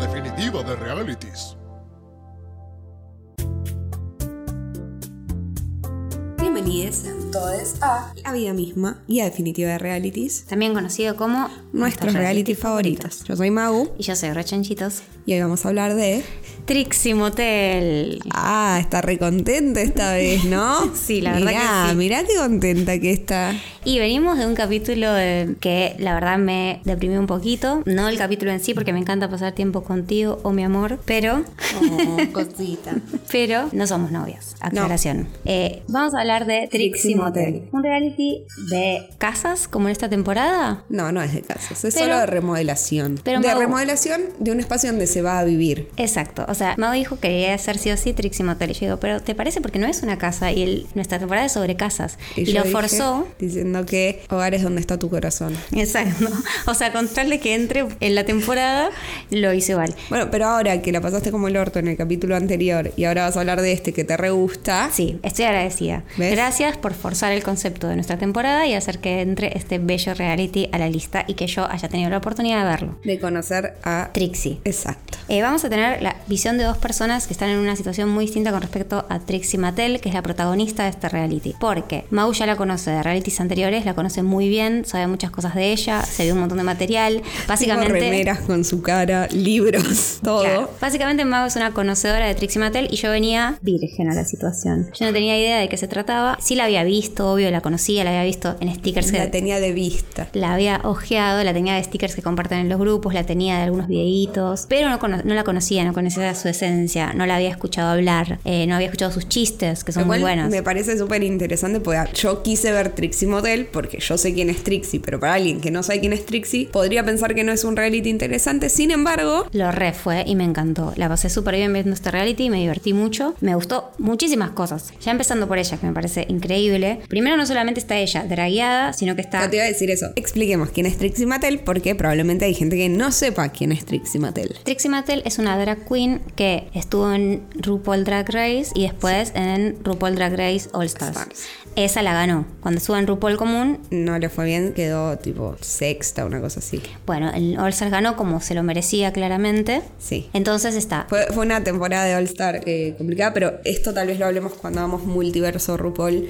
mundo de realities. Bienvenidos Entonces, ah, a Vida Misma y a Definitiva de Realities, También conocido como nuestros realities favoritos. Yo soy Mau Y yo soy Rechanchitos. y hoy vamos a hablar de... Trixie Motel. Ah, está re contenta esta vez, ¿no? Sí, la verdad mirá, que sí. Mirá qué contenta que está. Y venimos de un capítulo eh, que la verdad me deprimió un poquito. No el capítulo en sí, porque me encanta pasar tiempo contigo, o mi amor, pero. Oh, cosita. Pero no somos novias. Aclaración. Eh, vamos a hablar de Trixie Motel. Un reality de casas, como en esta temporada. No, no es de casas, es Pero- solo de remodelación. Pero de Mau- remodelación de un espacio donde se va a vivir. Exacto, o sea, Mau dijo que quería hacer sí o sí Trixie Motel. Y yo digo, pero ¿te parece? Porque no es una casa y el- nuestra temporada es sobre casas. Y, yo lo dije, forzó Diciendo que hogar es donde está tu corazón. Exacto. O sea, contarle que entre en la temporada lo hice igual. Bueno, pero ahora que la pasaste como el orto en el capítulo anterior y ahora vas a hablar de este que te re gusta. Sí, estoy agradecida. ¿Ves? Gracias por forzar el concepto de nuestra temporada y hacer que entre este bello reality a la lista y que yo haya tenido la oportunidad de verlo. De conocer a. Trixie. Exacto. Eh, vamos a tener la visión de dos personas que están en una situación muy distinta con respecto a Trixie Mattel, que es la protagonista de este reality. Porque Mau ya la conoce de realities anteriores, la conoce muy bien, sabe muchas cosas de ella, se vio un montón de material. Tengo Básicamente, remeras con su cara, libros, todo. Claro. Básicamente Mago es una conocedora de Trixie Mattel y yo venía virgen a la situación. Yo no tenía idea de qué se trataba. Sí la había visto, obvio, la conocía, la había visto en stickers que La tenía de vista. la había ojeado, la tenía de stickers que comparten en los grupos, la tenía de algunos videitos, pero no, cono- no la conocía, no conocía su esencia, no la había escuchado hablar, eh, no había escuchado sus chistes, que son Lo cual muy buenos. me parece súper interesante porque ah, yo quise ver Trixie Motel porque yo sé quién es Trixie, pero para alguien que no sabe quién es Trixie, podría pensar que no es un reality interesante. Sin embargo, Lo re fue y me encantó. La pasé súper bien viendo este reality, me divertí mucho. Me gustó muchísimas cosas. Ya empezando por ella, que me parece increíble. Primero, no solamente está ella dragueada, sino que está. yo te iba a decir eso. Expliquemos quién es Trixie Mattel porque probablemente hay gente que no sepa quién es Trixie Mattel. Trixie Mattel es una drag queen que estuvo en RuPaul Drag Race y después en RuPaul Drag Race All Stars. Stars. Esa la ganó. Cuando estuvo en RuPaul Común, No le fue bien, quedó tipo sexta, una cosa así. bueno, en All Stars ganó como se lo merecía claramente. Sí. Entonces está Fue, fue una temporada de All Star eh, complicada, pero esto tal vez lo hablemos cuando hagamos multiverso RuPaul,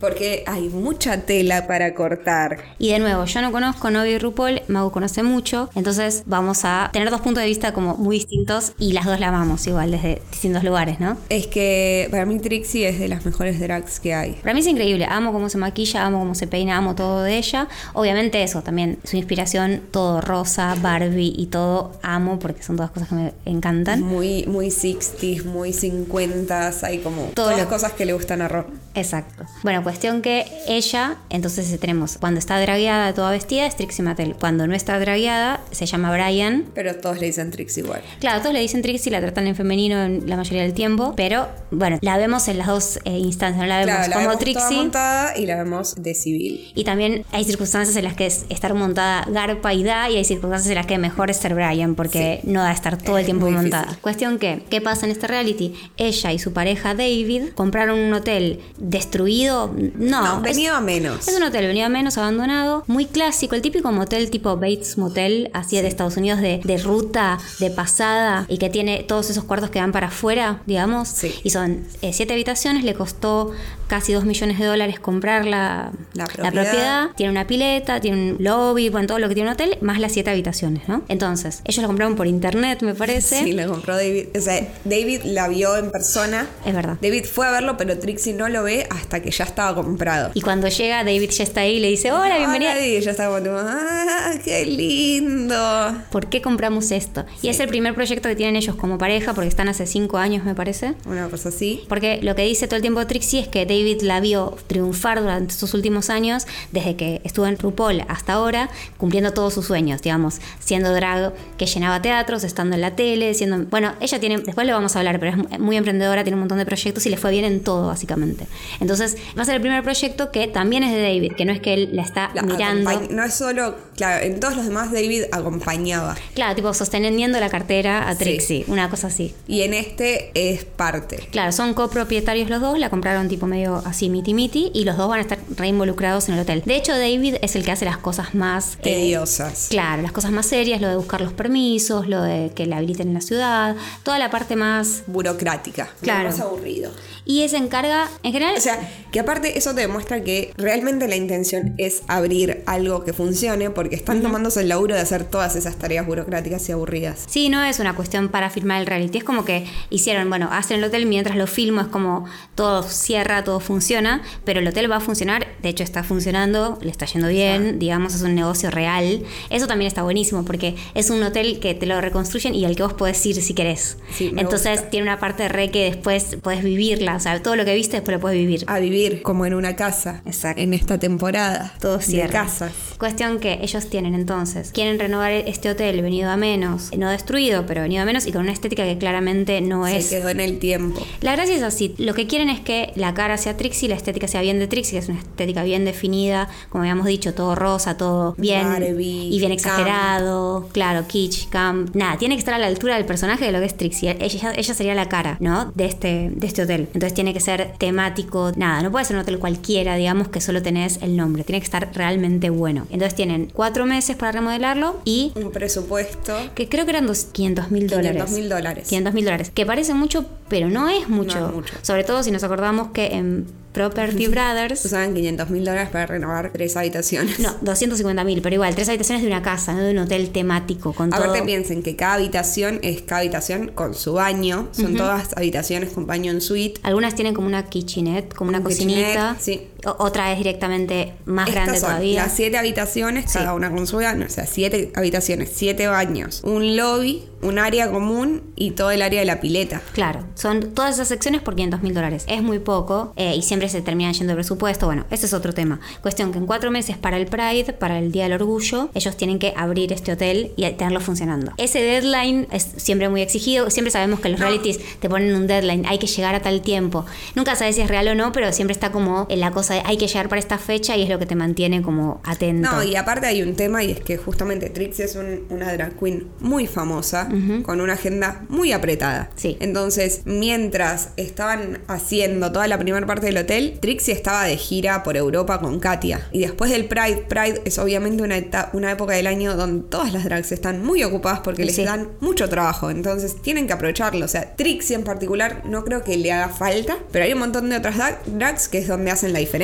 porque hay mucha tela para cortar. Y de nuevo, yo no conozco, no vi RuPaul, Magu conoce mucho, entonces vamos a tener dos puntos de vista como muy distintos y las dos la amamos igual desde distintos lugares, ¿no? Es que para mí Trixie es de las mejores drags que hay. Para mí es increíble, amo cómo se maquilla, amo cómo se peina, amo todo de ella. Obviamente eso, también su inspiración, todo rosa, Barbie y todo, amo porque son todas cosas que me encantan. Muy, muy 60s, muy 50s, hay como Todo todas las lo- cosas que le gustan a Ro. Exacto. Bueno, cuestión que ella, entonces tenemos cuando está dragueada toda vestida es Trixie Mattel, cuando no está dragueada se llama Brian Pero todos le dicen Trixie igual. Claro, todos le dicen Trixie, la tratan en femenino en la mayoría del tiempo, pero bueno, la vemos en las dos eh, instancias, no la vemos Claro, la como vemos toda Trixie. montada y la vemos de civil. Y también hay circunstancias en las que es estar montada garpa y da, y hay circunstancias en las que mejor es ser Brian, porque no da estar todo el tiempo muy montada. difícil. Cuestión que, ¿qué pasa en este reality? Ella y su pareja David compraron un hotel destruido. No, No, Ah, es- venía a menos. es un hotel, venía menos abandonado, muy clásico, el típico motel tipo Bates Motel, así de Estados Unidos, de, de ruta, de pasada, y que tiene todos esos cuartos que van para afuera, digamos. Sí. Y son eh, siete habitaciones, le costó casi dos millones de dólares comprar la, La la propiedad. propiedad. Tiene una pileta, tiene un lobby, bueno, todo lo que tiene un hotel, más las siete habitaciones, ¿no? Entonces, ellos lo compraron por internet, me parece. Sí, la compró David. O sea, David la vio en persona. Es verdad. David fue a verlo, pero Trixie no lo ve hasta que ya estaba comprado. Y cuando llega, David ya está ahí y le dice, hola, bienvenida. Y ella estaba como, tipo, ¡ah, qué lindo! ¿Por qué compramos esto? Y es el primer proyecto que tienen ellos como pareja, porque están hace cinco años, me parece. Una cosa así. Porque lo que dice todo el tiempo Trixie es que David la vio triunfar durante sus últimos años, desde que estuvo en RuPaul hasta ahora, cumpliendo todos sus sueños, digamos, siendo drag que llenaba teatros, estando en la tele, siendo... Bueno, ella tiene, después lo vamos a hablar, pero es muy emprendedora, tiene un montón de proyectos y le fue bien en todo, básicamente. Entonces va a ser el primer proyecto que también es de David, que no es que él la está La mirando. acompañ- No es solo, claro, en todos los demás David acompañaba. Claro, tipo sosteniendo la cartera a Sí. Trixie, una cosa así. Y en este es parte. Claro, son copropietarios los dos, la compraron tipo medio así miti miti y los dos van a estar reinvolucrados en el hotel. De hecho, David es el que hace las cosas más eh, Tediosas. claro, las cosas más serias, lo de buscar los permisos, lo de que le habiliten en la ciudad, toda la parte más Burocrática. Claro. Más aburrido. y se encarga en general. O sea, que aparte eso te demuestra que realmente la intención es abrir algo que funcione porque están tomándose el laburo de hacer todas esas tareas burocráticas y aburridas. Sí, no es una cuestión para filmar el reality. Es como que hicieron, bueno, hacen el hotel mientras lo filmo, es como todo cierra, todo funciona, pero el hotel va a funcionar. De hecho, está funcionando, le está yendo bien, digamos, es un negocio real. Eso también está buenísimo porque es un hotel que te lo reconstruyen y al que vos podés ir si querés. Sí, me Entonces, gusta. tiene una parte re que después podés vivirla. O sea, todo lo que viste después lo podés vivir. A vivir como en una casa. Exacto. En esta temporada. Todo De cierra. casas. Cuestión que ellos tienen entonces. Quieren renovar este hotel venido a menos. No destruido, pero venido a menos y con una estética que claramente no es Se quedó en el tiempo. La gracia es así, lo que quieren es que la cara sea Trixie, la estética sea bien de Trixie, que es una estética bien definida, como habíamos dicho, todo rosa, todo bien Barbie, y bien camp. exagerado, claro, kitsch, camp, nada, tiene que estar a la altura del personaje de lo que es Trixie, ella, ella sería la cara, ¿no? De este, de este hotel, entonces tiene que ser temático, nada, no puede ser un hotel cualquiera, digamos, que solo tenés el nombre, tiene que estar realmente bueno. Entonces tienen cuatro meses para remodelarlo y... Un presupuesto. Que creo que eran 500 mil dólares. 500 mil dólares. 500 mil dólares. Que parece mucho, pero no es mucho. No es mucho. Sobre todo si nos acordamos que en Property Brothers. Usaban 500 mil dólares para renovar tres habitaciones. No, 250 mil, pero igual, tres habitaciones de una casa, no de un hotel temático, con todo. Aparte piensen que cada habitación es cada habitación con su baño. Son todas habitaciones con baño en suite. Algunas tienen como una kitchenette, como una Un cocinita. kitchenette, sí. O- otra es directamente más Estas grande son todavía. Las siete habitaciones, cada una con su baño. O sea, siete habitaciones, siete baños, un lobby, un área común y todo el área de la pileta. Claro, son todas esas secciones por 500 mil dólares. Es muy poco eh, y siempre se termina yendo el presupuesto. Bueno, ese es otro tema. Cuestión que en cuatro meses para el Pride, para el Día del Orgullo, ellos tienen que abrir este hotel y tenerlo funcionando. Ese deadline es siempre muy exigido. Siempre sabemos que los realities te ponen un deadline, hay que llegar a tal tiempo. Nunca sabes si es real o no, pero siempre está como en la cosa de hay que llegar para esta fecha y es lo que te mantiene como atento. No, y aparte hay un tema y es que justamente Trixie es un- una drag queen muy famosa, con una agenda muy apretada. Sí. Entonces, mientras estaban haciendo toda la primera parte del hotel, Trixie estaba de gira por Europa con Katia. Y después del Pride, Pride es obviamente una, eta- una época del año donde todas las drags están muy ocupadas porque les Sí. dan mucho trabajo. Entonces, tienen que aprovecharlo. O sea, Trixie en particular no creo que le haga falta, pero hay un montón de otras drag- drags que es donde hacen la diferencia.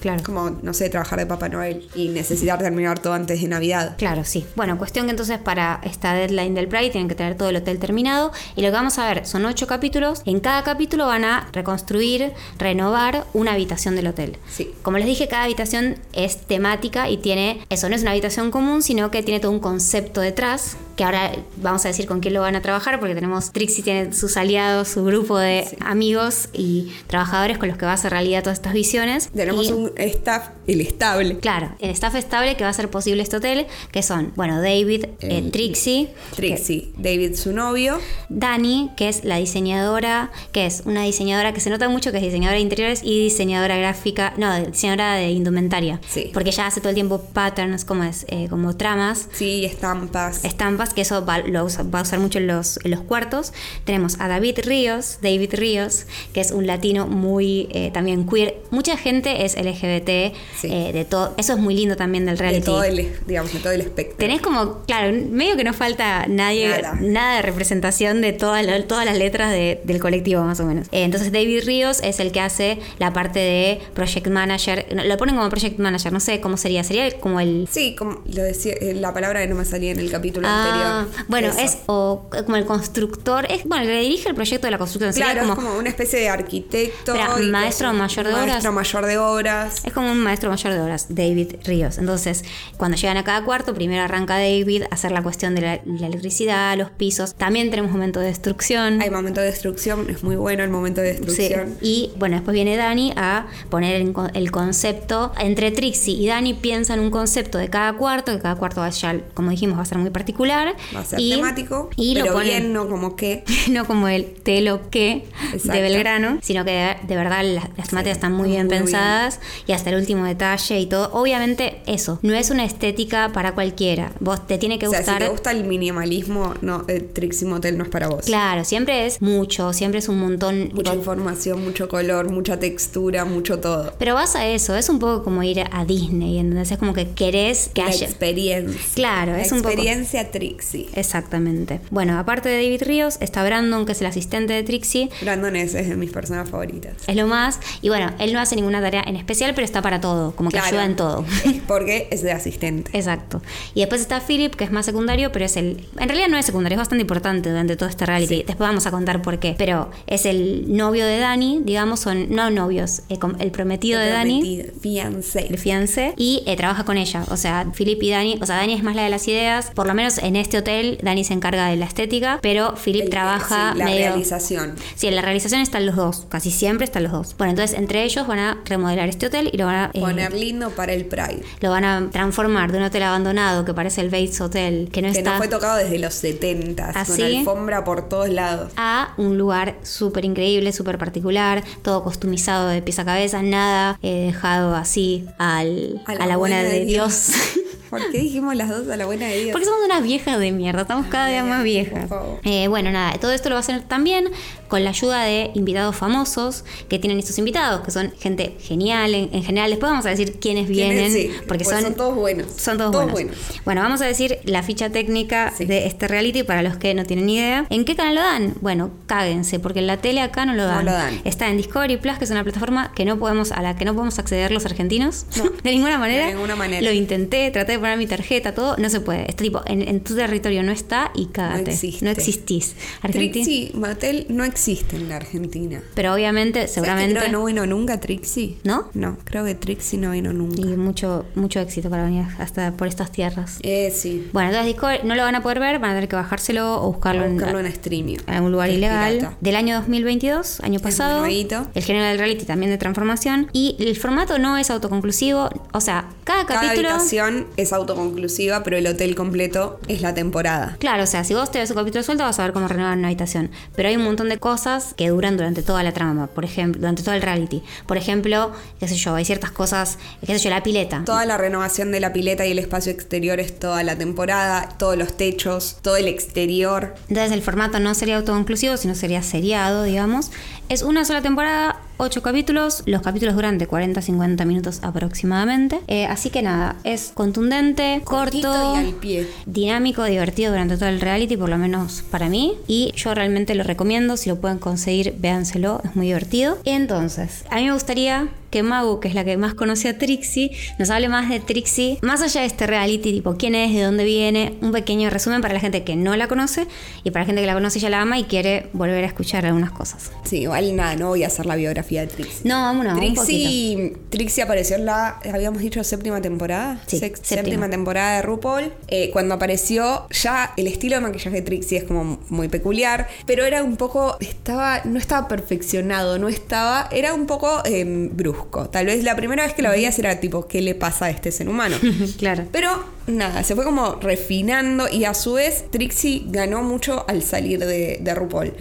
Claro. Como como, no sé, trabajar de Papá Noel y necesitar terminar todo antes de Navidad. Claro, sí. Bueno, cuestión que entonces para esta deadline del Pride tienen que tener todo el hotel terminado. Y lo que vamos a ver son ocho capítulos. En cada capítulo van a reconstruir, renovar una habitación del hotel. Sí. Como les dije, cada habitación es temática y tiene, eso no es una habitación común, sino que tiene todo un concepto detrás, que ahora vamos a decir con quién lo van a trabajar, porque tenemos, Trixie tiene sus aliados, su grupo de amigos y trabajadores con los que va a hacer realidad todas estas visiones. Tenemos Y- un staff, el estable. Claro, el staff estable que va a ser posible este hotel, que son, bueno, David, eh, Trixie, Trixie, David, su novio. Dani, que es la diseñadora, que es una diseñadora que se nota mucho que es diseñadora de interiores y diseñadora gráfica, no, diseñadora de indumentaria. Sí. Porque ella hace todo el tiempo patterns, como es, eh, como tramas. Sí, estampas. Estampas, que eso va, lo usa- va a usar mucho en los, en los cuartos. Tenemos a David Ríos, David Ríos, que es un latino muy eh, también queer. Mucha gente es LGBT, Sí. eh, de todo. Eso es muy lindo también del reality. de todo el, digamos, de todo el espectro. Tenés como, claro, medio que no falta nadie, nada, Nada. de representación de todas las- todas las letras de- del colectivo, más o menos. Eh, entonces, David Ríos es el que hace la parte de project manager. No, Lo ponen como project manager, no sé cómo sería. Sería como el. Sí, como lo decía, eh, la palabra que no me salía en el capítulo Ah, anterior. bueno, Eso. es o, como el constructor. Es, bueno, el que dirige el proyecto de la construcción. Sería Claro, como, es como una especie de arquitecto. Espera, y maestro que- mayor de obras. Maestro mayor de obras. Es como un maestro mayor de obras, David Ríos. Entonces, cuando llegan a cada cuarto, primero arranca David a hacer la cuestión de la, la electricidad, los pisos. También tenemos momento de destrucción. Hay momento de destrucción, es muy bueno el momento de Sí. destrucción. Y bueno, después viene Dani a poner en co- el concepto. Entre Trixie y Dani piensan un concepto de cada cuarto, que cada cuarto ya, como dijimos, va a ser muy particular. Va a ser Y- temático, Y pero lo ponen bien, no como que. no como el te lo que Exacto. de Belgrano, sino que de, de verdad las, las temáticas están muy bien muy bien. pensadas y hasta el último detalle y todo. Obviamente eso, no es una estética para cualquiera. Vos te tiene que o sea, gustar. si te gusta el minimalismo, no, el Trixie Motel no es para vos. Claro, siempre es mucho, siempre es un montón. Mucha Tipo, información, mucho color, mucha textura, mucho todo. Pero vas a eso, es un poco como ir a Disney, ¿entendés? Es como que querés que La haya. experiencia. Claro, La es un poco- experiencia Trixie. Exactamente. Bueno, aparte de David Ríos, está Brandon, que es el asistente de Trixie, Brandon es, es de mis personas favoritas. es lo más. Y bueno, él no hace ninguna tarea en especial, pero está para todo, como que Claro. ayuda en todo. Porque es de asistente. Exacto. Y después está Philip, que es más secundario, pero es el. En realidad no es secundario, es bastante importante durante todo este reality. Después vamos a contar por qué. Pero es el novio de Dani, digamos, son. No novios, eh, com- el prometido de Dani. Prometido, Fiancé. el fiancé y eh, trabaja con ella. O sea, Philip y Dani, o sea, Dani es más la de las ideas, por lo menos en este hotel Dani se encarga de la estética, pero Philip El- trabaja sí, la medio... realización. Sí, en la realización están los dos, casi siempre están los dos. Bueno, entonces entre ellos van a remodelar este hotel y lo van a... eh, Poner lindo para el Pride. Lo van a transformar de un hotel abandonado que parece el Bates Hotel, que no Que está... ¿Ah, no fue tocado desde los 70 ¿Así? Con alfombra por todos lados. a un lugar súper increíble, súper particular, todo costumizado de pies a cabeza, nada eh, dejado así al, a la, buena, de Dios. ¿Por qué dijimos las dos a la buena de Dios? Porque somos unas viejas de mierda, estamos cada día más por viejas. favor. Eh, bueno, nada, todo esto lo va a hacer también con la ayuda de invitados famosos que tienen estos invitados, que son gente genial en, en general. Después vamos a decir quiénes ¿Quiénes? vienen, Sí, porque pues son, son todos buenos. son todos, Todos buenos. buenos. Bueno, vamos a decir la ficha técnica Sí. de este reality para los que no tienen ni idea. ¿En qué canal lo dan? Bueno, cáguense, porque en la tele acá no lo No dan. lo dan. Está en Discovery Plus, que es una plataforma que no podemos, a la que no podemos acceder los argentinos. de ninguna manera. ninguna manera. Lo intenté, traté de poner mi tarjeta, todo, no se puede. Este tipo, en, en tu territorio no está y cágate. existe. existís. Argentina. Trixie Mattel no existe en la Argentina. Pero obviamente, seguramente. ¿Sabes que creo que no vino nunca Trixie? ¿No? No, creo que Trixie no vino nunca. Y mucho, mucho éxito para venir hasta por estas tierras. Eh, sí. Bueno, entonces Discovery no lo van a poder ver, van a tener que bajárselo o buscarlo, en- Buscarlo en streaming. en algún lugar que es ilegal pirata. del año 2022, año pasado. nuevito. El género del reality también de transformación. Y el formato no es autoconclusivo. O sea, cada Cada capítulo. habitación es autoconclusiva, pero el hotel completo es la temporada. Claro, o sea, si vos te ves un capítulo suelto vas a ver cómo renovar una habitación. Pero hay un montón de cosas que duran durante toda la trama, por ejemplo, durante todo el reality. Por ejemplo, qué sé yo, hay ciertas cosas, qué sé yo, la pileta. Toda la renovación de la pileta y el espacio exterior es toda la temporada, todos los techos, todo el exterior. Entonces el formato no sería autoconclusivo, sino sería seriado, digamos. Es una sola temporada, ocho capítulos. Los capítulos duran de 40 a 50 minutos aproximadamente. Eh, así que nada, es contundente, corto. Cortito y al pie. Dinámico, divertido durante todo el reality, por lo menos para mí. Y yo realmente lo recomiendo. Si lo pueden conseguir, véanselo, es muy divertido. Entonces, a mí me gustaría que Magu, que es la que más conoce a Trixie, nos hable más de Trixie, más allá de este reality, tipo quién es, de dónde viene, un pequeño resumen para la gente que no la conoce y para la gente que la conoce y ya la ama y quiere volver a escuchar algunas cosas. Sí, igual nada, no voy a hacer la biografía de Trixie. No, vámonos, un poquito. Trixie, Trixie apareció en la, habíamos dicho, séptima temporada. Sí, Sex- séptima. temporada de RuPaul. Eh, cuando apareció, ya el estilo de maquillaje de Trixie es como muy peculiar, pero era un poco, estaba, no estaba perfeccionado, no estaba, era un poco eh, brusco. Tal vez la primera vez que lo veías era tipo, ¿qué le pasa a este ser humano? Claro. Pero nada, se fue como refinando y a su vez Trixie ganó mucho al salir de, de RuPaul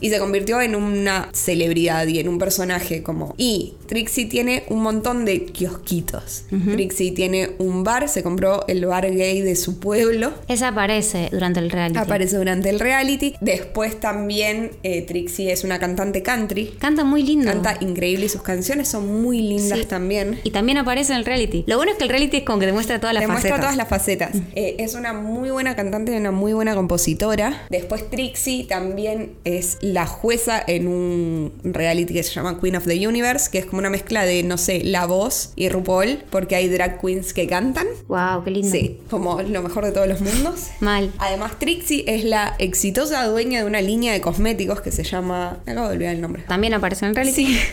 y se convirtió en una celebridad y en un personaje como... Y Trixie tiene un montón de kiosquitos. Trixie tiene un bar, se compró el bar gay de su pueblo. Esa aparece durante el reality. Aparece durante el reality. Después también eh, Trixie es una cantante country. Canta muy lindo. Canta increíble y sus canciones son muy lindas Sí. también. Y también aparece en el reality. Lo bueno es que el reality es como que te muestra todas las Demuestra facetas. Mm. todas las facetas. Eh, es una muy buena cantante y una muy buena compositora. Después Trixie también es la jueza en un reality que se llama Queen of the Universe, que es como una mezcla de, no sé, la voz y RuPaul, porque hay drag queens que cantan. Wow, qué lindo. Sí, como lo mejor de todos los mundos. Mal. Además, Trixie es la exitosa dueña de una línea de cosméticos que se llama... Me acabo de olvidar el nombre. También aparece en el reality.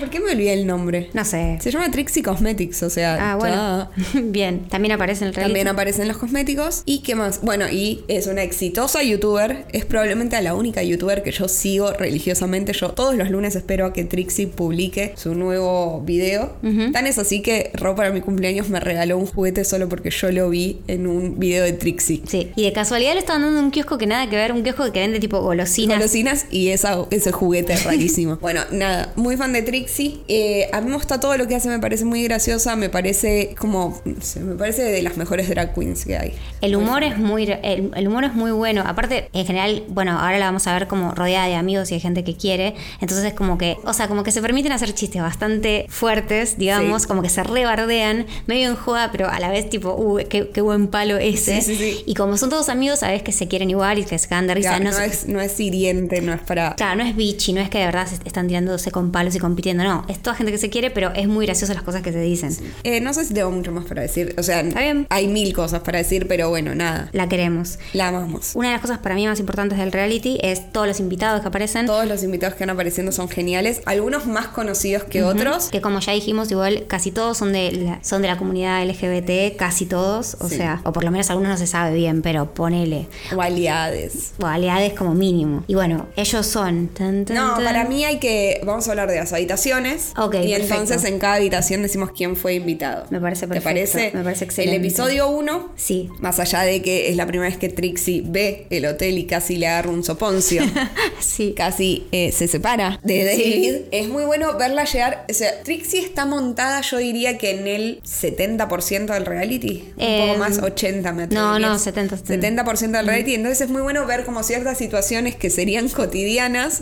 ¿Por qué me olvidé el nombre? No sé. Se llama Trixie Cosmetics, o sea. Ah, ya- bueno. Bien. También aparece en el reality. También aparecen los cosméticos. ¿Y qué más? Bueno, y es una exitosa youtuber. Es probablemente a la única youtuber que yo sigo religiosamente. Yo todos los lunes espero a que Trixie publique su nuevo video. Tan es así que Ro para mi cumpleaños me regaló un juguete solo porque yo lo vi en un video de Trixie. Sí. Y de casualidad lo estaban dando en un kiosco que nada que ver, un kiosco que vende tipo golosinas. Golosinas y esa, ese juguete es rarísimo. bueno, nada, muy fan de Trixie. Eh, a mí me gusta todo lo que hace, me parece muy graciosa, me parece como, no sé, me parece de las mejores drag queens que hay. El humor es muy el, el humor es muy bueno. Aparte, en general, bueno, ahora la vamos a ver como rodeada de amigos y de gente que quiere. Entonces es como que, o sea, como que se permiten hacer chistes bastante fuertes, digamos, Sí. como que se rebardean, medio en joda, pero a la vez tipo, uh, qué, qué buen palo ese. Sí, sí, sí. Y como son todos amigos, sabes que se quieren igual y que se cagan de risa. Claro, no no, se- es, no es hiriente, no es para... Claro, no es bichi, no es que de verdad se están tirándose con palos y compitiendo, no. Es toda gente que se quiere, pero es muy graciosa las cosas que se dicen. Eh, no sé si tengo mucho más para decir. O sea, Está bien. hay mil cosas para decir, pero bueno, nada. La queremos. La amamos. Una de las cosas para mí más importantes del reality es todos los invitados que aparecen. Todos los invitados que van apareciendo son geniales. Algunos más conocidos que otros. Que como ya dijimos, igual casi todos son de la, son de la comunidad LGBT, casi todos. O Sí. sea, o por lo menos algunos no se sabe bien, pero ponele. O aliades. O aliades como mínimo. Y bueno, ellos son. tan, tan, No, tan. para mí hay que. Vamos a hablar de las habitaciones. Ok, Y perfecto. entonces en cada habitación decimos quién fue invitado. Me parece perfecto, ¿Te parece? me parece excelente. El episodio 1. Sí. Más allá de que es la primera vez que Trixie ve el hotel y casi le agarra un soponcio. sí. casi eh, se separa de David. Es muy bueno verla llegar. O sea, Trixie está montada, yo diría que en el 70% del reality. Un Eh, poco más, 80 me atrevería. no, Mm. no, 70, 70. 70% del reality. Entonces es muy bueno ver como ciertas situaciones que serían cotidianas,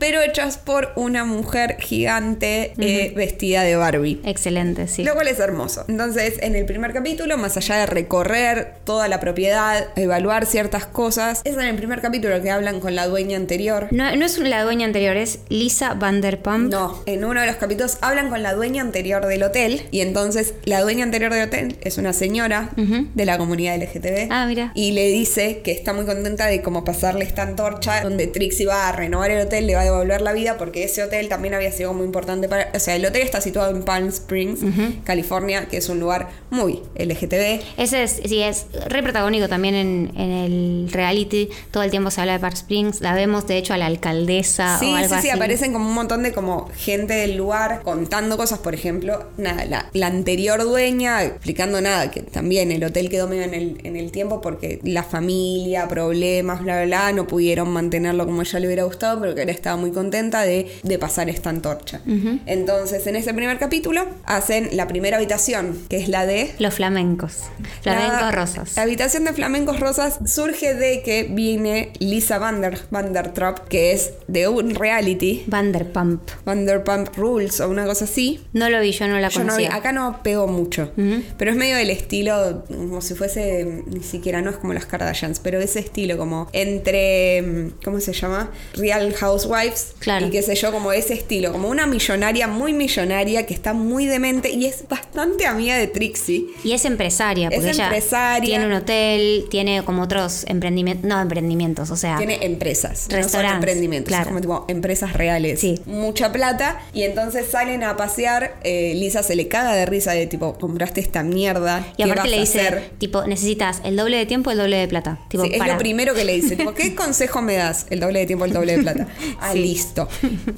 pero hechas por una mujer gigante eh, vestida de Barbie. Excelente, sí. Lo cual es hermoso. Entonces, en el primer capítulo, más allá de recorrer toda la propiedad, evaluar ciertas cosas, es en el primer capítulo que hablan con la dueña anterior. No, no es la dueña anterior, es Lisa Vanderpump. No, en uno de los capítulos hablan con la dueña anterior del hotel y entonces la dueña anterior del hotel es una señora Ujú. de la comunidad LGTB Ah, mira. y le dice que está muy contenta de como pasarle esta antorcha donde Trixie va a renovar el hotel, le va a devolver la vida porque ese hotel también había sido muy importante para... O sea, el hotel está situado en Palm Springs, California, que es un lugar muy LGTB. Ese es, sí, es re protagónico también en, en el reality. Todo el tiempo se habla de Park Springs. La vemos, de hecho, a la alcaldesa Sí, Ah, o algo sí, sí, así. aparecen como un montón de como gente del lugar contando cosas, por ejemplo, nada, la, la anterior dueña explicando nada, que también el hotel quedó medio en el, en el tiempo porque la familia, problemas, bla, bla, bla, no pudieron mantenerlo como ella le hubiera gustado, pero que ahora estaba muy contenta de, de pasar esta antorcha. Entonces, en ese primer capítulo hacen la primera habitación, que es la de... Los flamencos. Flamencos La- rosas. La habitación de flamencos rosas surge de que viene Lisa Vander, Vandertrap, que es de un reality, Vanderpump. Vanderpump Rules o una cosa así. No lo vi, yo no la Yo no vi- conocía. acá no pegó mucho, pero es medio del estilo, como si fuese, mm, ni siquiera, no es como las Kardashians, pero ese estilo, como entre, mm, ¿cómo se llama? Real Housewives Claro. y qué sé yo, como ese estilo, como una millonaria, muy millonaria, que está muy demente y es bastante amiga de Trixie. y es empresaria, porque Es ella empresaria. tiene un hotel, tiene como otros emprendimientos, no emprendimientos, o sea, Tiene empresas, no son Ah. Restaurantes, emprendimientos, claro. son como tipo empresas reales. Sí. Mucha plata. Y entonces salen a pasear. eh, Lisa se le caga de risa de tipo, compraste esta mierda. y ¿qué aparte vas le a dice, hacer?". tipo, necesitas el doble de tiempo, el doble de plata. Tipo, Sí, es para. lo primero que le dice. tipo, ¿Qué consejo me das? El doble de tiempo, el doble de plata. Ah, listo.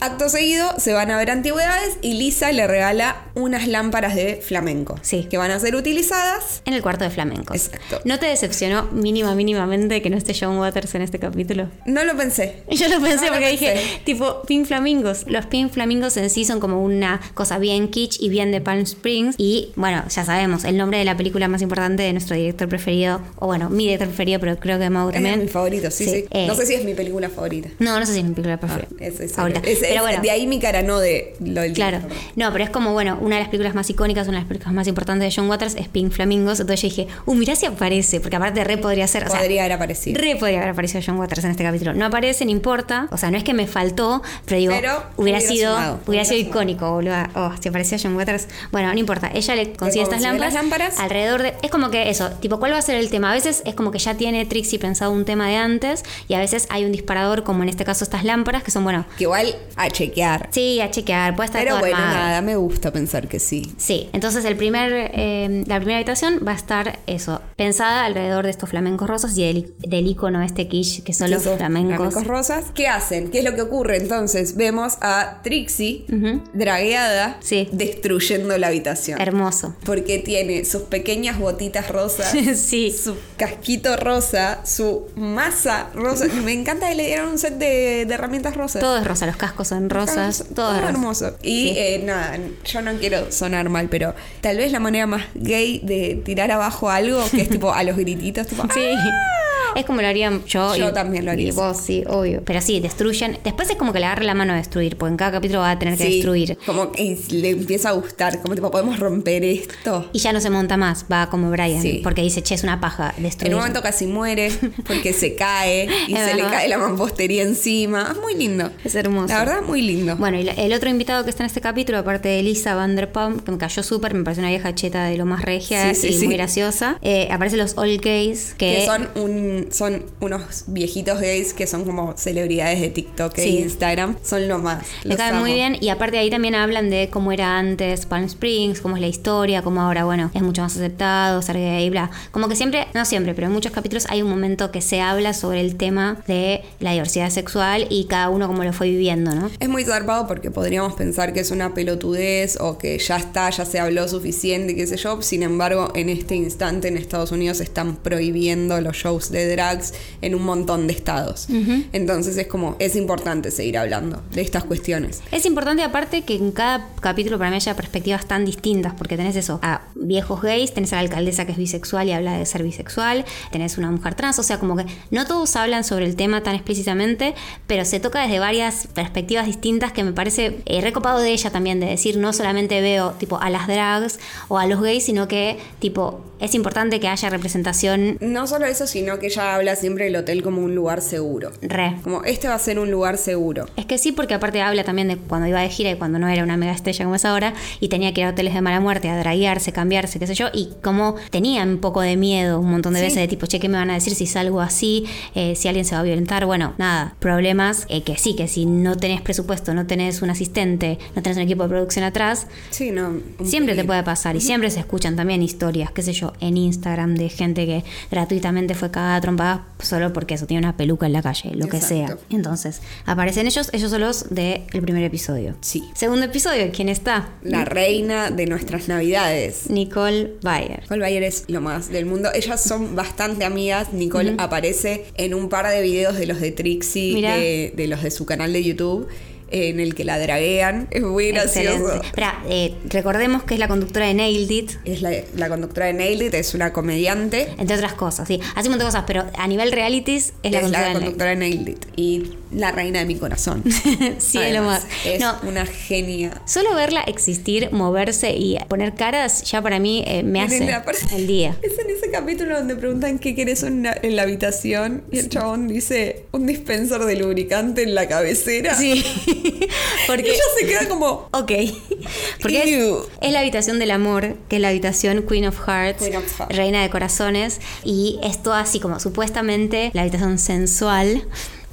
Acto seguido, se van a ver antigüedades y Lisa le regala unas lámparas de flamenco. Sí. Que van a ser utilizadas. En el cuarto de flamencos. Exacto. ¿No te decepcionó mínima, mínimamente que no esté John Waters en este capítulo? No lo pensé. Yo lo pensé No lo porque dije, pensé. tipo, Pink Flamingos. Los Pink Flamingos en sí son como una cosa bien kitsch y bien de Palm Springs. Y bueno, ya sabemos, el nombre de la película más importante de nuestro director preferido, o bueno, mi director preferido, pero creo que Mau Es también. mi favorito, sí, sí. Eh, no sé si es mi película favorita. no, no sé si es mi película preferida. Es- Ah, es- favorita. es- es- Ah, pero bueno. De ahí mi cara no de lo del Claro, director. no, pero es como, bueno, una de las películas más icónicas, una de las películas más importantes de John Waters es Pink Flamingos. Entonces yo dije, uh, mirá si aparece, porque aparte re podría ser, o sea, Podría haber aparecido. Re podría haber aparecido John Waters en este capítulo. No aparece, no importa. O sea, no es que me faltó, pero digo, Pero hubiera, hubiera sido, sumado, hubiera hubiera sido sumado. icónico, boludo. Oh, si aparecía John Waters. Bueno, no importa. Ella le consigue consigue estas lámparas, las lámparas. Alrededor de. Es como que eso, tipo, ¿cuál va a ser el tema? A veces es como que ya tiene Trixie pensado un tema de antes, y a veces hay un disparador, como en este caso estas lámparas, que son, bueno. Que igual a chequear. Sí, sí, a chequear, puede estar Pero todo bueno, armado. nada, me gusta pensar que sí. Sí, entonces el primer, eh, la primera habitación va a estar eso, pensada alrededor de estos flamencos rosas y del, del icono este quiche que son los Esos flamencos. rosas. ¿Qué hacen? ¿Qué es lo que ocurre? Entonces vemos a Trixie Ujú. dragueada Sí. destruyendo la habitación. Hermoso. porque tiene sus pequeñas botitas rosas, sí. su casquito rosa, su masa rosa. Me encanta que le dieron un set de, de herramientas rosas. Todo es rosa, los cascos son rosas, Hermoso, todo es rosa. hermoso. Y Sí. eh, nada, yo no quiero sonar mal, pero tal vez la manera más gay de tirar abajo algo, que es tipo a los grititos, tipo, ¡ah! Sí. Es como lo haría yo. Yo también lo haría. Y vos, sí, obvio. Pero sí, destruyen. Después es como que le agarra la mano a destruir, porque en cada capítulo va a tener que Sí, destruir. Como y le empieza a gustar, como tipo, podemos romper esto. Y ya no se monta más, va como Brian, Sí. porque dice, che, es una paja, destruir. En un momento casi muere porque se cae y Es se le verdad. cae la mampostería encima. Es muy lindo. Es hermoso. La verdad, muy lindo. Bueno, y la- el otro invitado que está en este capítulo, aparte de Lisa Vanderpump, que me cayó súper, me pareció una vieja cheta de lo más regia Sí, sí, y sí. muy graciosa, eh, aparecen los All Gays, que, que son un son unos viejitos gays que son como celebridades de TikTok e Sí. Instagram. Son lo más. le los caen muy amo. bien y aparte ahí también hablan de cómo era antes Palm Springs, cómo es la historia, cómo ahora, bueno, es mucho más aceptado, ser gay, bla. Como que siempre, no siempre, pero en muchos capítulos hay un momento que se habla sobre el tema de la diversidad sexual y cada uno como lo fue viviendo, ¿no? Es muy zarpado porque podríamos pensar que es una pelotudez o que ya está, ya se habló suficiente, qué sé yo. Sin embargo, en este instante en Estados Unidos están prohibiendo los shows de drags en un montón de estados. Entonces es como, es importante seguir hablando de estas cuestiones. Es importante aparte que en cada capítulo para mí haya perspectivas tan distintas, porque tenés eso, a viejos gays, tenés a la alcaldesa que es bisexual y habla de ser bisexual, tenés una mujer trans, o sea, como que no todos hablan sobre el tema tan explícitamente, pero se toca desde varias perspectivas distintas que me parece eh, recopado de ella también, de decir, no solamente veo tipo a las drags o a los gays, sino que tipo, es importante que haya representación No solo eso, sino que ella habla siempre del hotel como un lugar seguro. re. Como, este va a ser un lugar seguro. Es que sí, porque aparte habla también de cuando iba de gira y cuando no era una mega estrella como es ahora, y tenía que ir a hoteles de mala muerte, a draguearse, cambiarse, qué sé yo, y como tenía un poco de miedo un montón de Sí. veces de tipo, che, ¿qué me van a decir si salgo así? Eh, si alguien se va a violentar, bueno, nada, problemas eh, que sí, que si no tenés presupuesto, no tenés un asistente, no tenés un equipo de producción atrás, Sí, no. un Siempre te peligro. puede pasar y siempre se escuchan también historias, qué sé yo, en Instagram de gente que gratuitamente fue cagada a trompadas solo porque eso tiene una peluca en la calle, lo que sea. Exacto. Entonces, aparecen ellos, ellos son los del primer episodio. Sí. Segundo episodio, ¿quién está? La reina de nuestras navidades. Nicole Bayer. Nicole Bayer es lo más del mundo. Ellas son bastante amigas. Nicole aparece en un par de videos de los de Trixie, Mirá. de, de los de su canal de YouTube, en el que la draguean. Es muy gracioso. Espera, eh, recordemos que es la conductora de Nailed It. Es la, la conductora de Nailed It, es una comediante. Entre otras cosas, sí. Hace un montón de cosas, pero a nivel realities es la conductora de Nailed It. conductora de Nailed It. Y la reina de mi corazón. Sí, es lo Además, más. Es No, una genia. Solo verla existir, moverse y poner caras ya para mí eh, me hace Miren, aparte, el día. Es en ese capítulo donde preguntan qué querés en la, en la habitación y el chabón dice un dispenser de lubricante en la cabecera. Sí. Y Porque ella se queda como. Ok. Porque es, Ew. es la habitación del amor, que es la habitación Queen of Hearts, Queen of Hearts. Reina de Corazones, y es todo así como supuestamente la habitación sensual.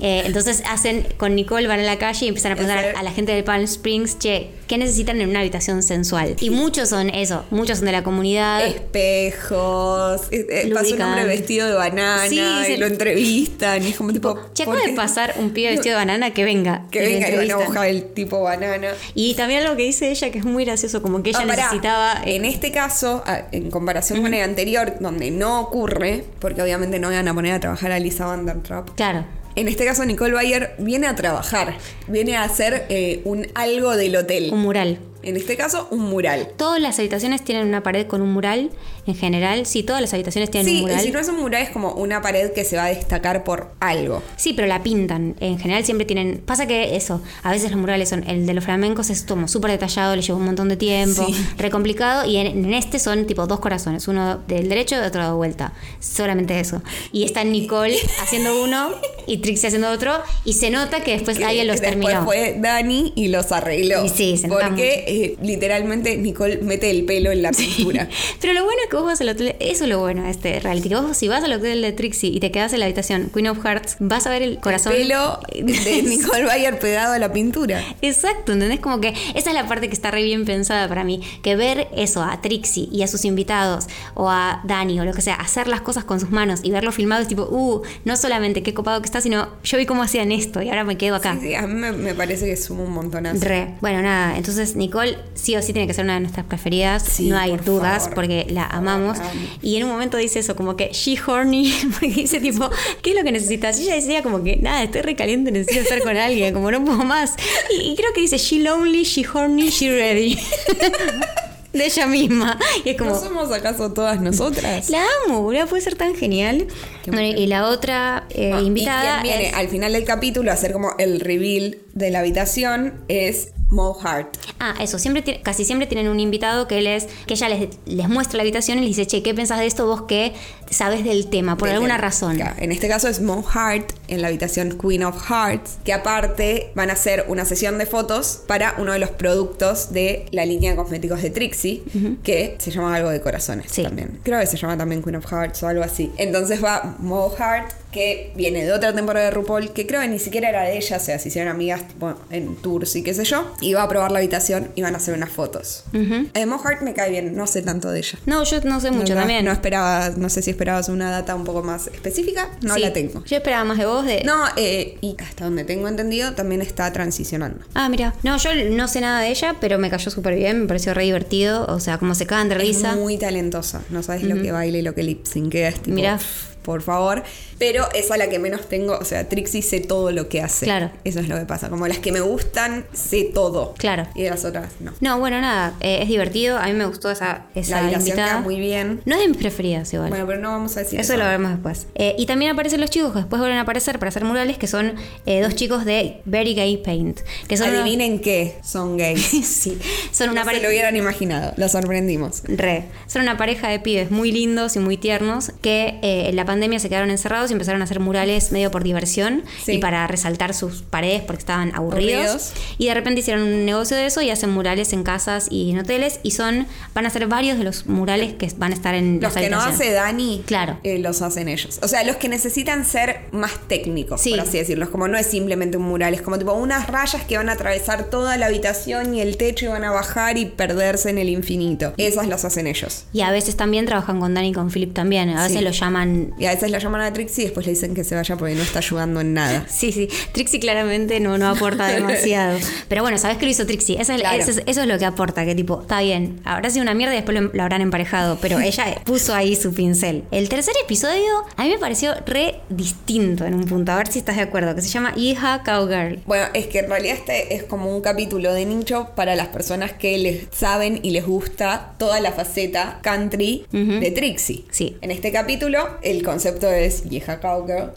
Eh, entonces hacen con Nicole, van a la calle y empiezan a preguntar Ese- a la gente de Palm Springs, che, ¿qué necesitan en una habitación sensual? Y muchos son eso, muchos son de la comunidad. Eh, Espejos, eh, eh, pasa un hombre Ah. Lubricante. vestido de banana Sí, y sí. lo entrevistan y es como tipo. Che, ¿por acaba de qué? pasar un pibe vestido de banana que venga. Que y lo venga y van a entrevistan. buscar el tipo banana. Y también algo que dice ella que es muy gracioso, como que ella Ah, pará. necesitaba. eh, En este caso, a- en comparación con el anterior, donde no ocurre, porque obviamente no van a poner a trabajar a Lisa Vandertrap, Claro. En este caso, Nicole Bayer viene a trabajar, viene a hacer eh, un algo del hotel. Un mural. En este caso, un mural. Todas las habitaciones tienen una pared con un mural, en general. Sí, todas las habitaciones tienen un Sí, y mural. si no es un mural, es como una pared que se va a destacar por algo. Sí, pero la pintan. En general siempre tienen. Pasa que eso, a veces los murales son. El de los flamencos es como súper detallado, le lleva un montón de tiempo, Sí. re complicado. Y en, en este son tipo dos corazones, uno del derecho y otro de vuelta. Solamente eso. Y está Nicole haciendo uno y Trixie haciendo otro. Y se nota que después alguien los Después terminó. fue Dani y los arregló. Y sí, se nota Porque eh, literalmente Nicole mete el pelo en la pintura. Pero lo bueno es que vos vas al hotel, eso es lo bueno de este reality, que vos si vas al hotel de Trixie y te quedas en la habitación Queen of Hearts, vas a ver el corazón. El pelo de Nicole Bayer pegado a la pintura. Exacto, ¿entendés? Como que esa es la parte que está re bien pensada para mí, que ver eso a Trixie y a sus invitados o a Dani o lo que sea, hacer las cosas con sus manos y verlo filmado es tipo, uh, no solamente qué copado que está, sino yo vi cómo hacían esto y ahora me quedo acá. Sí, sí, a mí me, me parece que suma un montonazo. Re. Bueno, nada, entonces Nicole sí o sí tiene que ser una de nuestras preferidas, Sí, no hay por dudas favor. porque la amamos. la amo. Y en un momento dice eso, como que she horny, porque dice tipo, ¿qué es lo que necesitas? Y ella decía como que, nada, estoy recaliente, necesito estar con alguien, como no puedo más. Y, y creo que dice she lonely, she horny, she ready. De ella misma. Y es como, ¿No somos acaso todas nosotras? la amo, boludo, puede ser tan genial. Bueno, y la otra eh, Ah, invitada Y quien viene es- al final del capítulo a hacer como el reveal de la habitación es Mo Hart. Ah, eso, siempre tiene- casi siempre tienen un invitado que les, que ella les, les muestra la habitación y les dice, che, ¿qué pensás de esto vos que sabes del tema? Por Del alguna tema. razón. Claro, En este caso es Mo Hart en la habitación Queen of Hearts, que aparte van a hacer una sesión de fotos para uno de los productos de la línea de cosméticos de Trixie, que se llama algo de corazones Sí. también. Creo que se llama también Queen of Hearts o algo así. Entonces va Mo Hart, que viene de otra temporada de RuPaul, que creo que ni siquiera era de ella, o sea, se hicieron amigas tipo, en tours y qué sé yo, y va a probar la habitación y van a hacer unas fotos. Eh, Mo Hart me cae bien, no sé tanto de ella. No, yo no sé mucho No, no, también. No esperaba, no sé si esperabas una data un poco más específica, no Sí. la tengo. Yo esperaba más de vos de. No, eh, y hasta donde tengo entendido, también está transicionando. Ah, mira. No, yo no sé nada de ella, pero me cayó súper bien, me pareció re divertido. O sea, como se cagan de Es risa. muy talentosa, no sabes lo que baila y lo que lip syncea, es tipo, Mirá. por favor. Pero es a la que menos tengo, o sea, Trixie sé todo lo que hace. Claro. Eso es lo que pasa, como las que me gustan, sé todo. Claro. Y de las otras, no. No, bueno, nada. eh, es divertido. A mí me gustó esa, La esa habitación invitada. queda muy bien. No es de mis preferidas igual. Bueno, pero no vamos a decir Eso eso. lo veremos después. Eh, y también aparecen los chicos que después vuelven a aparecer para hacer murales, que son eh, dos chicos de Very Gay Paint. Que son unos- Adivinen qué, son gays. sí, son no una se pareja. lo hubieran imaginado, la sorprendimos. Re. Son una pareja de pibes muy lindos y muy tiernos que eh, en la pandemia se quedaron encerrados y empezaron a hacer murales medio por diversión Sí. y para resaltar sus paredes porque estaban aburridos. Aburridos. Y de repente hicieron un negocio de eso y hacen murales en casas y en hoteles y son van a ser varios de los murales que van a estar en Los las que no habitaciones. hace Dani, Claro. eh, los hacen ellos. O sea, los que necesitan ser más técnicos, Sí. por así decirlo. Es como no es simplemente un mural, es como tipo unas rayas que van a atravesar toda la habitación y el techo y van a bajar y perderse en el infinito. Esas las hacen ellos. Y a veces también trabajan con Dani y con Philip también. A veces Sí. lo llaman Y a veces la llaman a Trixie y después le dicen que se vaya porque no está ayudando en nada. Sí, sí. Trixie claramente no, no aporta demasiado. Pero bueno, sabes que lo hizo Trixie. Esa es- Claro. esa es- eso es lo que aporta, que tipo, está bien, habrá sido una mierda y después lo, lo habrán emparejado, pero ella puso ahí su pincel. El tercer episodio a mí me pareció re distinto en un punto, a ver si estás de acuerdo, que se llama Hija Cowgirl. Bueno, es que en realidad este es como un capítulo de nicho para las personas que les saben y les gusta toda la faceta country de Trixie. Sí. En este capítulo el concepto es vieja cowgirl.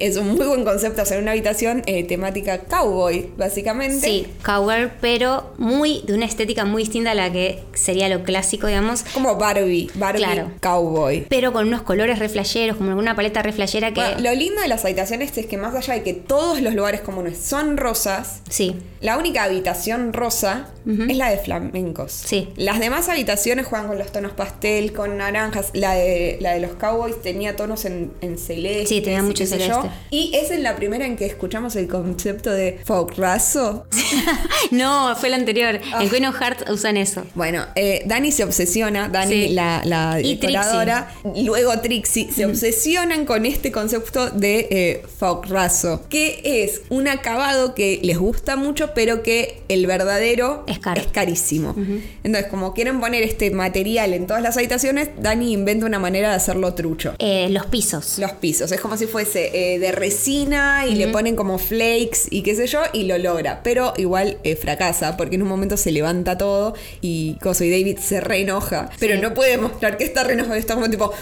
Es un muy buen concepto hacer una habitación eh, temática cowboy, básicamente. Sí, Cowgirl, pero muy de una estética muy distinta a la que sería lo clásico, digamos. Como Barbie, Barbie Claro. cowboy. Pero con unos colores re flasheros, como alguna paleta re flashera que... Bueno, lo lindo de las habitaciones es que más allá de que todos los lugares comunes son rosas, Sí, La única habitación rosa es la de flamencos. Sí. Las demás habitaciones juegan con los tonos pastel, con naranjas. La de, la de los cowboys tenía tonos en, en celeste. Sí, tenía y mucho qué sé celeste. yo. Y es en la primera en que escuchamos el concepto de folkrazo. ¡Ah! No, fue el anterior. En Queen of Hearts usan eso. Bueno, eh, Dani se obsesiona, Dani, Sí. la, la Y Mm. decoradora, luego Trixie, se obsesionan con este concepto de eh, folkrazo, que es un acabado que les gusta mucho, pero que el verdadero Es caro. carísimo. Entonces, como quieren poner este material en todas las habitaciones, Dani inventa una manera de hacerlo trucho. Eh, los pisos. Los pisos, es como si fuese eh, de resina y le ponen como flakes y qué sé yo, y lo logra. Pero igual eh, fracasa, porque en un momento se levanta todo y Coso y David se reenoja, pero no puede mostrar que está reenojado, está como tipo.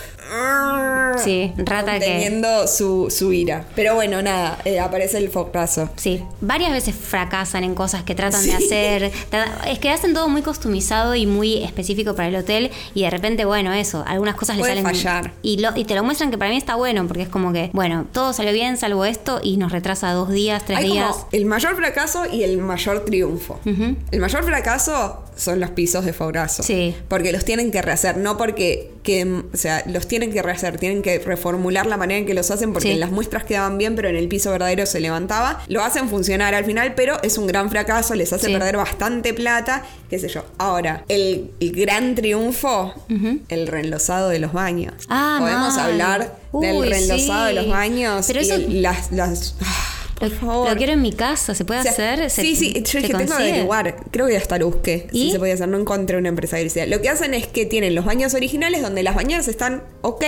"Arr", Sí, rata que- conteniendo su, su ira. Pero bueno, nada, eh, aparece el focrazo. Sí, varias veces fracasan en cosas que tratan de hacer. Trata- Es que hacen todo muy customizado y muy específico para el hotel y de repente, bueno, eso, algunas cosas le Puede salen fallar. Y, lo, y te lo muestran que para mí está bueno porque es como que, bueno, todo salió bien salvo esto y nos retrasa dos días, tres Hay días. como el mayor fracaso y el mayor triunfo. El mayor fracaso son los pisos de Faurazo. Sí. Porque los tienen que rehacer, no porque que, o sea, los tienen que rehacer, tienen que reformular la manera en que los hacen porque Sí. en las muestras quedaban bien, pero en el piso verdadero se levantaba. Lo hacen funcionar al final, pero es un gran fracaso, les hace Sí. perder bastante plata, qué sé yo. Ahora, el, el gran triunfo, el reenlosado de los baños. Ah, Podemos mal. hablar del Uy, reenlosado de sí. los baños Pero y eso- el- las... las ah, por lo, favor. lo quiero en mi casa, ¿se puede O sea, hacer? ¿Se- sí, sí, yo se dije, tengo que consigue? averiguar. Creo que hasta lo busqué. ¿Y? Si se podía hacer, no encontré una empresa que lo hiciera. Lo que hacen es que tienen los baños originales donde las bañeras están ok,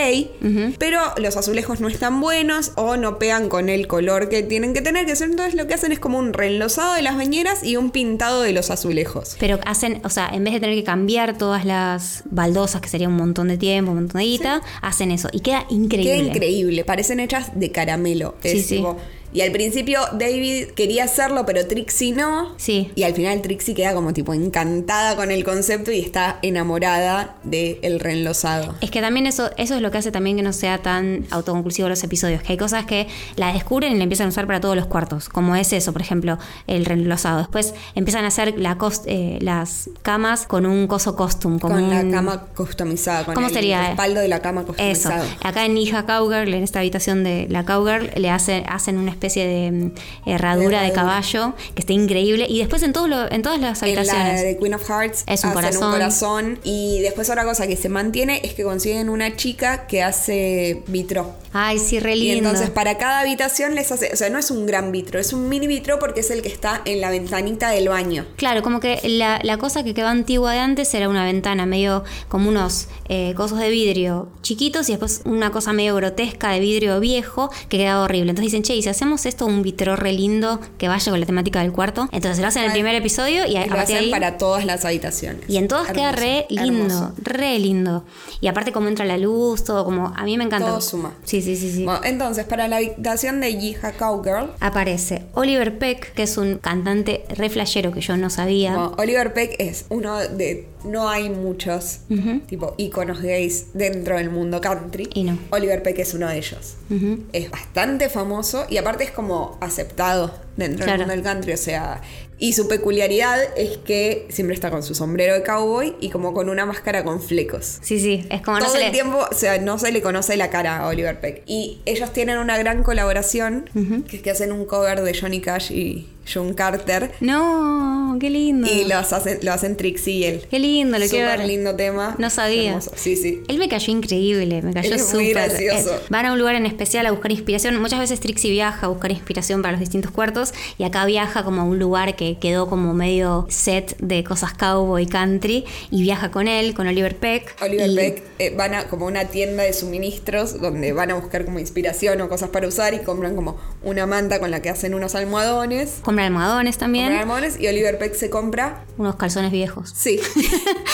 pero los azulejos no están buenos o no pegan con el color que tienen que tener que hacer. Entonces lo que hacen es como un reenlosado de las bañeras y un pintado de los azulejos. Pero hacen, o sea, en vez de tener que cambiar todas las baldosas, que sería un montón de tiempo, un montón de guita, hacen eso. Y queda increíble. Qué increíble. Parecen hechas de caramelo. Es Sí, sí. tipo- Y al principio David quería hacerlo, pero Trixie no. Sí. Y al final Trixie queda como tipo encantada con el concepto y está enamorada del el reenlosado. Es que también eso, eso es lo que hace también que no sea tan autoconclusivo los episodios, que hay cosas que las descubren y la empiezan a usar para todos los cuartos, como es eso, por ejemplo, el renlosado. Después empiezan a hacer la cos- eh, las camas con un coso costume, como con un- la cama customizada. Con ¿Cómo el sería? respaldo de la cama Eso. customizado. Acá en Hija Cowgirl, en esta habitación de la Cowgirl, le hace- hacen una especie de mm, herradura de, Herradura. caballo que está increíble. Y después en, todos lo- en todas las En la habitaciones. de Queen of Hearts Es un hacen corazón. un corazón. Y después otra cosa que se mantiene es que consiguen una chica que hace vitro. Ay, sí, re Y lindo. entonces para cada habitación les hace, o sea, no es un gran vitro, es un mini vitro porque es el que está en la ventanita del baño. Claro, como que la, la cosa que quedó antigua de antes era una ventana medio como unos eh, cosos de vidrio chiquitos y después una cosa medio grotesca de vidrio viejo que quedaba horrible. Entonces dicen, che, y si hacemos esto un vitro re lindo que vaya con la temática del cuarto, entonces lo hacen en el Ay. primer episodio y a, Y Eh, a lo partir de hacen ahí- para todas las habitaciones. Y en todas queda Hermoso, re lindo, hermoso. re lindo. Y aparte como entra la luz, todo como... A mí me encanta. Todo suma. Sí, sí, sí, sí. Bueno, entonces, para la habitación de Yija Cowgirl, Aparece Oliver Peck, que es un cantante re flashero que yo no sabía. bueno, Oliver Peck es uno de. No hay muchos, tipo, íconos gays dentro del mundo country. Y no. Oliver Peck es uno de ellos. Ujú. Es bastante famoso y aparte es como aceptado dentro Claro. del mundo del country, o sea, y su peculiaridad es que siempre está con su sombrero de cowboy y como con una máscara con flecos. Sí, sí, es como... no Todo se el le- tiempo, o sea, no se le conoce la cara a Oliver Peck. Y ellos tienen una gran colaboración, que es que hacen un cover de Johnny Cash y John Carter, No, qué lindo. y los hacen, lo hacen Trixie y él. Qué lindo, lo quiero Súper ver. lindo tema. No sabía. Hermoso. Sí, sí. Él me cayó increíble, me cayó Él es muy súper. gracioso. Eh, Van a un lugar en especial a buscar inspiración. Muchas veces Trixie viaja a buscar inspiración para los distintos cuartos y acá viaja como a un lugar que quedó como medio set de cosas cowboy country y viaja con él, con Oliver Peck. Oliver y- Peck eh, van a como una tienda de suministros donde van a buscar como inspiración o cosas para usar y compran como una manta con la que hacen unos almohadones. Compra almohadones también, Compran almohadones y Oliver Peck se compra, unos calzones viejos. sí,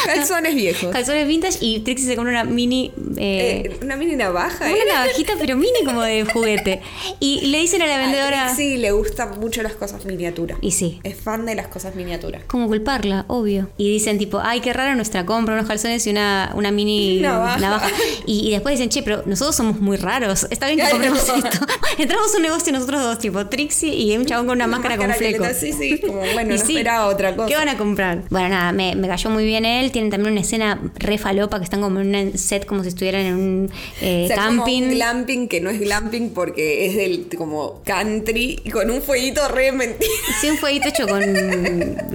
calzones viejos. Calzones vintage y Trixie se compra una mini... eh, Eh, una mini navaja. ¿eh? una navajita, pero mini como de juguete. Y le dicen a la vendedora... Sí, le gustan mucho las cosas miniaturas. Y sí, Es fan de las cosas miniaturas. como culparla, obvio. Y dicen tipo, ay, qué raro nuestra compra, unos calzones y una, una mini Navaja. Y, y después dicen, che, pero nosotros somos muy raros. Está bien que Claro. compremos esto. Entramos a un negocio nosotros dos, tipo Trixie y un chabón con una, máscara, con que le flecos. da- Sí, sí, como bueno, Y no sí, esperaba otra cosa. ¿Qué van a comprar? Bueno, nada, me, me cayó muy bien él. Tienen también una escena re falopa que están como en un set como si estuvieran en un eh, O sea, como camping. un glamping que no es glamping porque es del como country y con un fueguito re mentira. Sí, un fueguito hecho con,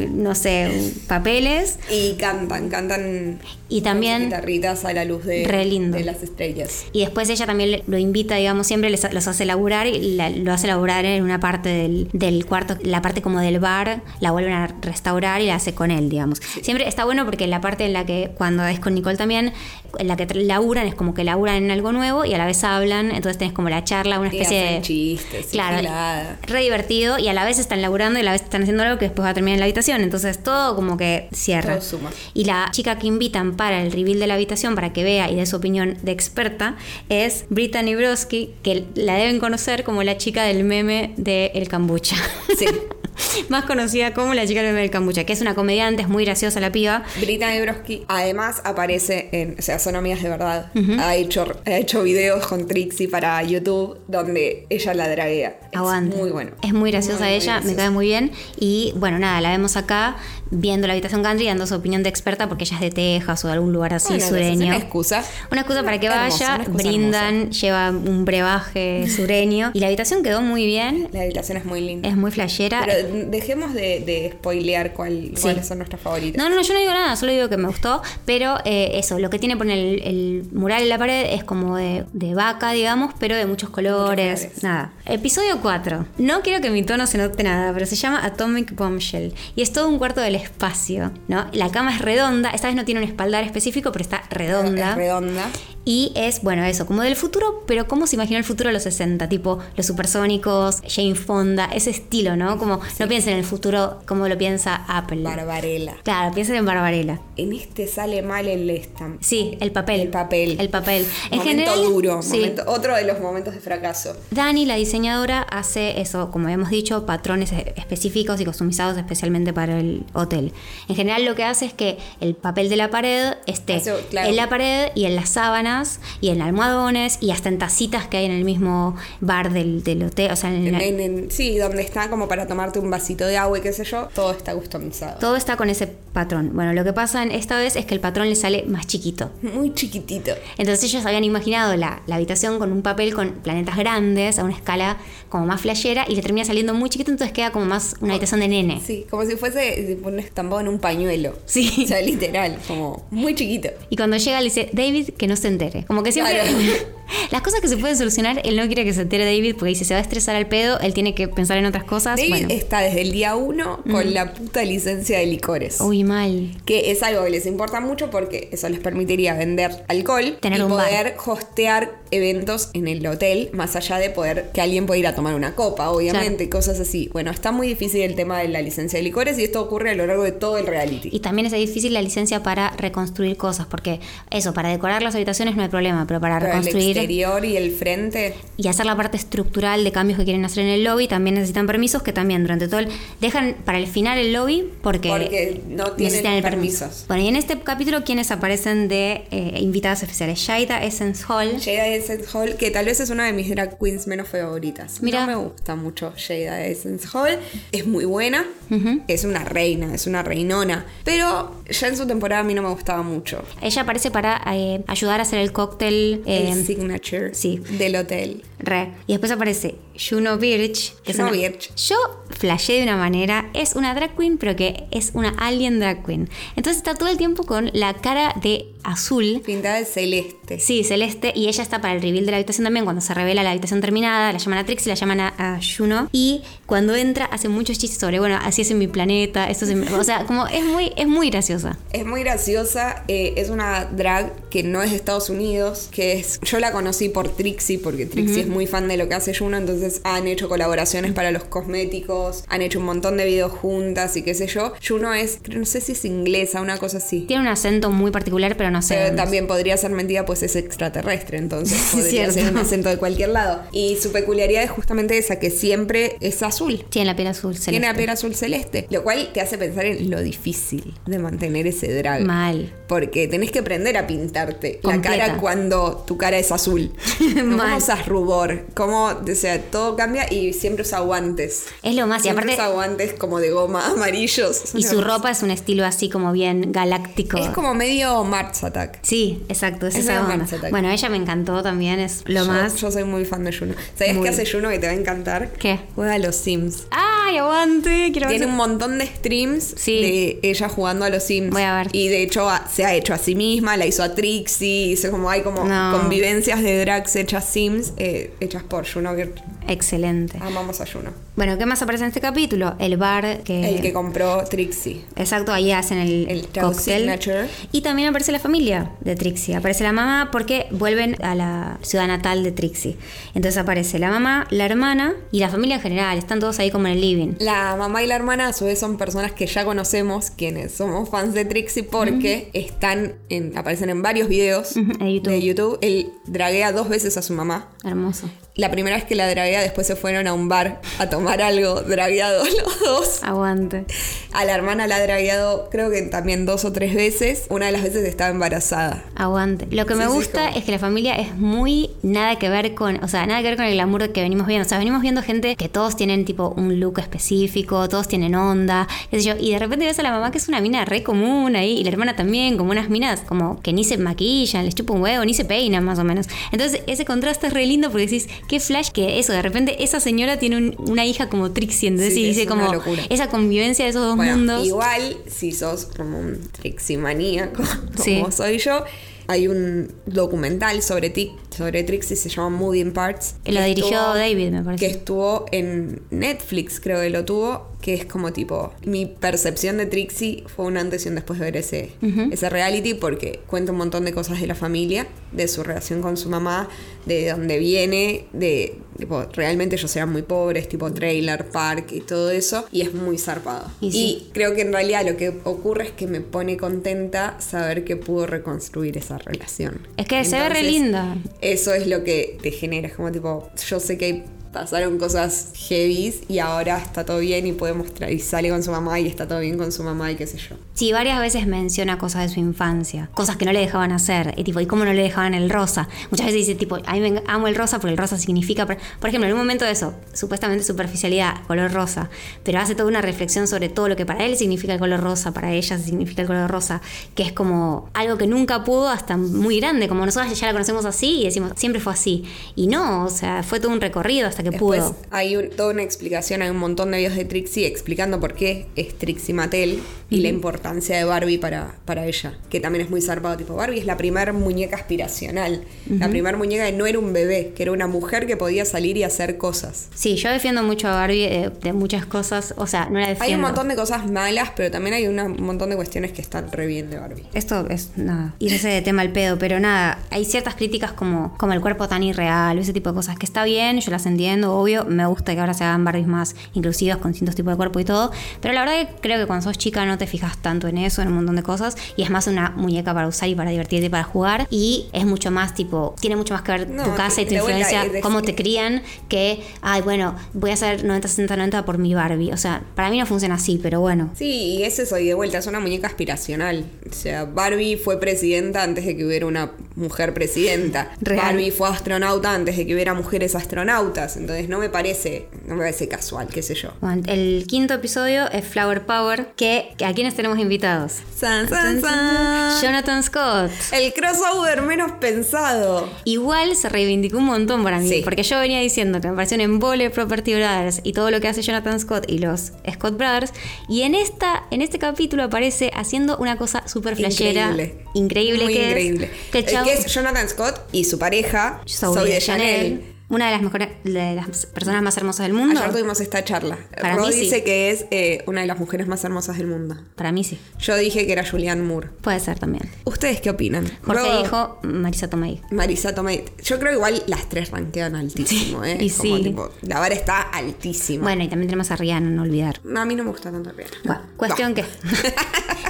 no sé, papeles. Y cantan, cantan Y también- con sus guitarritas a la luz de, Re lindo. de las estrellas. Y después ella también le- lo invita, digamos, siempre les, los hace laburar y la- lo hace laburar en una parte del, del cuarto, la parte como del bar, la vuelven a restaurar y la hace con él, digamos. Siempre está bueno porque la parte en la que, cuando es con Nicole también, en la que tra- laburan es como que laburan en algo nuevo y a la vez hablan, entonces tenés como la charla, una Y especie hacen de. chistes, y claro. giladas. Re divertido y a la vez están laburando y a la vez están haciendo algo que después va a terminar en la habitación. Entonces todo como que cierra. Todo suma. Y la chica que invitan para el reveal de la habitación, para que vea y dé su opinión de experta, es Brittany Broski, que la deben conocer como la chica del meme de El Cambucha. Sí. más conocida como la chica del meme del cambucha, que es una comediante, es muy graciosa la piba. Brittany Broski además aparece en, o sea, son amigas de verdad. Ha, hecho, ha hecho videos con Trixie para YouTube donde ella la draguea. Es Aguante. muy bueno. Es muy graciosa Muy, muy ella, me graciosa. cae muy bien. Y bueno, nada, la vemos acá viendo la habitación country, dando su opinión de experta porque ella es de Texas o de algún lugar así Bueno, es sureño. una excusa. Una excusa para que Hermoso, vaya, una excusa brindan, lleva un brebaje sureño. Y la habitación quedó muy bien, La habitación es muy linda. es muy flashera. Pero dejemos de, de spoilear cuál- Sí. cuáles son nuestras favoritas. No, no, no, yo no digo nada, solo digo que me gustó, pero eh, eso, lo que tiene poner el, el mural en la pared es como de, de vaca, digamos, pero de muchos colores, colores. nada. Episodio 4. No quiero que mi tono se note nada, pero se llama Atomic Bombshell y es todo un cuarto del espacio, ¿no? La cama es redonda, esta vez no tiene un espaldar específico, pero está redonda. Es redonda. Y es, bueno, eso, como del futuro, pero cómo se imaginó el futuro de los 60, tipo los supersónicos, Jane Fonda, ese estilo, ¿no? Como no piensen en el futuro como lo piensa Apple. Barbarella. Claro, piensen en Barbarella. En este sale mal el Stamp. Sí, el papel. El papel. El papel. En momento general, duro. sí. momento- otro de los momentos de fracaso. Dani, la diseñadora, hace eso, como habíamos dicho, patrones e- específicos y customizados especialmente para el hotel. En general lo que hace es que el papel de la pared esté Hace- claro. en la pared y en las sábanas y en almohadones y hasta en tacitas que hay en el mismo bar del, del hotel. O sea, en la- En- en- sí, donde está como para tomarte un vasito de agua y qué sé yo, todo está customizado. todo está con ese patrón. Bueno, lo que pasa en esta vez es que el patrón le sale más chiquito. Muy chiquitito. Entonces ellos habían imaginado la, la habitación con un papel con planetas grandes, a una escala como más flashera, y le termina saliendo muy chiquito, entonces queda como más una habitación de nene. Sí, como si fuese si pones tampoco en un pañuelo. Sí. O sea, literal, como muy chiquito. Y cuando llega le dice, David, que no se entere. Como que siempre... Claro. Las cosas que se pueden solucionar, él no quiere que se entere David porque dice, se va a estresar al pedo, él tiene que pensar en otras cosas. David bueno. está desde el día uno con la puta licencia de licores. Mm. Uy, mal. Que es algo que les importa mucho porque eso les permitiría vender alcohol Tener y un bar. poder hostear eventos en el hotel, más allá de poder que alguien pueda ir a tomar una copa, obviamente, y cosas así. Bueno, está muy difícil el tema de la licencia de licores y esto ocurre a lo largo de todo el reality. Y también es difícil la licencia para reconstruir cosas, porque eso, para decorar las habitaciones no hay problema, pero para Pero El reconstruir exterior y el frente. y hacer la parte estructural de cambios que quieren hacer en el lobby, también necesitan permisos que también durante todo el... Dejan para el final el lobby porque... Porque no tienen permisos. Bueno, y en este capítulo, quienes aparecen de eh, invitadas especiales? Shaita Essence Hall. Jada Essence Hall, que tal vez es una de mis drag queens menos favoritas. Mira. No me gusta mucho Jada Essence Hall. Es muy buena, Ujú. es una reina, es una reinona. Pero ya en su temporada a mí no me gustaba mucho. Ella aparece para eh, ayudar a hacer el cóctel. eh, el signature sí. del hotel. Re. Y después aparece Juno Birch. que es Juno una- Birch. Yo flashé de una manera. Es una drag queen, pero que es una alien drag queen. Entonces está todo el tiempo con la cara de azul. Pintada de celeste. Sí, celeste. Y ella está para el reveal de la habitación también. Cuando se revela la habitación terminada, la llaman a Trixie, la llaman a, a Juno. Y cuando entra, hace muchos chistes sobre, bueno, así es en mi planeta, esto es en mi- O sea, como es muy, es muy graciosa. Es muy graciosa, eh, es una drag que no es de Estados Unidos, que es... Yo la conocí por Trixie, porque Trixie es muy fan de lo que hace Juno, entonces han hecho colaboraciones para los cosméticos, han hecho un montón de videos juntas y qué sé yo. Juno es, creo- no sé si es inglesa, una cosa así. Tiene un acento muy particular, pero no sé. Pero también podría ser mentira, pues es extraterrestre, entonces Sí, podría ser un cierto. acento de cualquier lado. Y su peculiaridad es justamente esa, que siempre es azul. Tiene la piel azul celeste. Tiene la piel azul celeste, lo cual te hace pensar en lo difícil de mantener ese drag. Mal. Porque tenés que aprender a pintarte Completa. la cara cuando tu cara es azul. No, Mal. ¿Cómo usas rubor? ¿Cómo, o sea, todo cambia y siempre usa guantes. Es lo más. Y Siempre aparte, usa guantes como de goma amarillos. Y su Una- ropa es un estilo así como bien galáctico. Es como medio Mars Attack. Sí, exacto, es Es esa una onda. Mars Attack. Bueno, ella me encantó también, es lo Yo- más. Yo soy muy fan de Juno. ¿Sabías Muy. qué hace Juno que te va a encantar? ¿Qué? Juega a los Sims. ¡Ay, aguante! Quiero ver Tiene su- un montón de streams Sí. de ella jugando a los Sims. Voy a ver. Y de hecho a- se ha hecho a sí misma, la hizo a Trixie, hizo como hay como No. convivencias de drags hechas Sims, eh, hechas por Juno Girl. Excelente. Amamos a Juno. Bueno, ¿qué más aparece en este capítulo? El bar que. El que compró Trixie. Exacto, ahí hacen el, El trago cóctel. signature. Y también aparece la familia de Trixie. Aparece la mamá porque vuelven a la ciudad natal de Trixie. Entonces aparece la mamá, la hermana y la familia en general. Están todos ahí como en el living. La mamá y la hermana a su vez son personas que ya conocemos, quienes somos fans de Trixie porque están en, aparecen en varios videos Ujú, de YouTube. Él draguea dos veces a su mamá. Hermoso. La primera vez que la draguea, después se fueron a un bar a tomar algo, dragueados los dos. Aguante. A la hermana la ha dragueado creo que también dos o tres veces. Una de las veces estaba embarazada. Aguante. Lo que me Sí, sí, gusta como- es que la familia es muy nada que ver con, o sea, nada que ver con el glamour que venimos viendo. O sea, venimos viendo gente que todos tienen tipo un look específico, todos tienen onda, qué sé yo. Y de repente ves a la mamá que es una mina re común ahí, y la hermana también, como unas minas como que ni se maquillan, les chupa un huevo, ni se peinan más o menos. Entonces ese contraste es re lindo porque decís, qué flash que eso, de repente esa señora tiene un- una hija como Trixie, entonces Sí, y es dice una como locura. esa convivencia de esos dos Bueno, mundos. Igual, si sos como un triximaníaco, como Sí. soy yo, hay un documental sobre ti, sobre Trixie, se llama Moving Parts. Lo que dirigió David, me parece. Que estuvo en Netflix, creo que lo tuvo, que es como tipo, mi percepción de Trixie fue un antes y un después de ver ese, ese reality, porque cuenta un montón de cosas de la familia, de su relación con su mamá, de dónde viene, de, tipo, realmente ellos eran muy pobres, tipo trailer, park y todo eso, y es muy zarpado. Y Y, sí. creo que en realidad lo que ocurre es que me pone contenta saber que pudo reconstruir esa relación. Es que se ve re Entonces, linda. Eso es lo que te genera, es como tipo, yo sé que pasaron cosas heavies y ahora está todo bien y puede mostrar, y sale con su mamá y está todo bien con su mamá y qué sé yo. Sí, varias veces menciona cosas de su infancia, cosas que no le dejaban hacer, y tipo, ¿y cómo no le dejaban el rosa? Muchas veces dice, tipo, a mí me enc- amo el rosa porque el rosa significa, por por ejemplo, en un momento de eso, supuestamente superficialidad, color rosa, pero hace toda una reflexión sobre todo lo que para él significa el color rosa, para ella significa el color rosa, que es como algo que nunca pudo hasta muy grande, como nosotros ya la conocemos así y decimos, siempre fue así, y no, o sea, fue todo un recorrido hasta que Después pudo. hay un- toda una explicación, hay un montón de videos de Trixie explicando por qué es Trixie Mattel y la importancia de Barbie para, para ella, que también es muy zarpado. Tipo, Barbie es la primer muñeca aspiracional, la primer muñeca que no era un bebé, que era una mujer que podía salir y hacer cosas. Sí, yo defiendo mucho a Barbie de, de muchas cosas, o sea, no la defiendo. Hay un montón de cosas malas, pero también hay una- un montón de cuestiones que están re bien de Barbie. Esto es nada, irse de tema al pedo, pero nada, hay ciertas críticas como, como el cuerpo tan irreal, ese tipo de cosas que está bien, yo las entiendo, obvio, me gusta que ahora se hagan Barbies más inclusivas con distintos tipos de cuerpo y todo, pero la verdad que creo que cuando sos chica no te fijas tanto en eso, en un montón de cosas, y es más una muñeca para usar y para divertirte y para jugar, y es mucho más tipo, tiene mucho más que ver No, tu casa y tu de vuelta, influencia, es decir- cómo te crían, que, ay, bueno, voy a hacer 90, 60, 90 por mi Barbie, o sea, para mí no funciona así, pero bueno. Sí, y es eso, y de vuelta, es una muñeca aspiracional. O sea, Barbie fue presidenta antes de que hubiera una mujer presidenta. Real. Barbie fue astronauta antes de que hubiera mujeres astronautas. Entonces no me parece, no me parece casual, qué sé yo. Bueno, el quinto episodio es Flower Power, que que a quienes tenemos invitados. San, san, san. Jonathan Scott. El crossover menos pensado. Igual se reivindicó un montón para mí, Sí. porque yo venía diciendo que me pareció un embole Property Brothers y todo lo que hace Jonathan Scott y los Scott Brothers, y en esta en este capítulo aparece haciendo una cosa súper flashera, Increíble. increíble Muy que increíble. Eh, es que Que, el chavo- es Jonathan Scott y su pareja, Zoe de Chanel, una de las mejores de las personas más hermosas del mundo. Ayer tuvimos esta charla. Para Ro mí sí. dice que es eh, una de las mujeres más hermosas del mundo. Para mí sí, Yo dije que era Julianne Moore. puede ser también. ¿Ustedes qué opinan? Jorge Luego, dijo Marisa Tomei. Marisa Tomei. Yo creo igual las tres ranquean altísimo, Sí, ¿eh? y Como sí. tipo, la vara está altísima. Bueno, y también tenemos a Rihanna, no olvidar. No, a mí no me gusta tanto Rihanna. Bueno, cuestión No. que.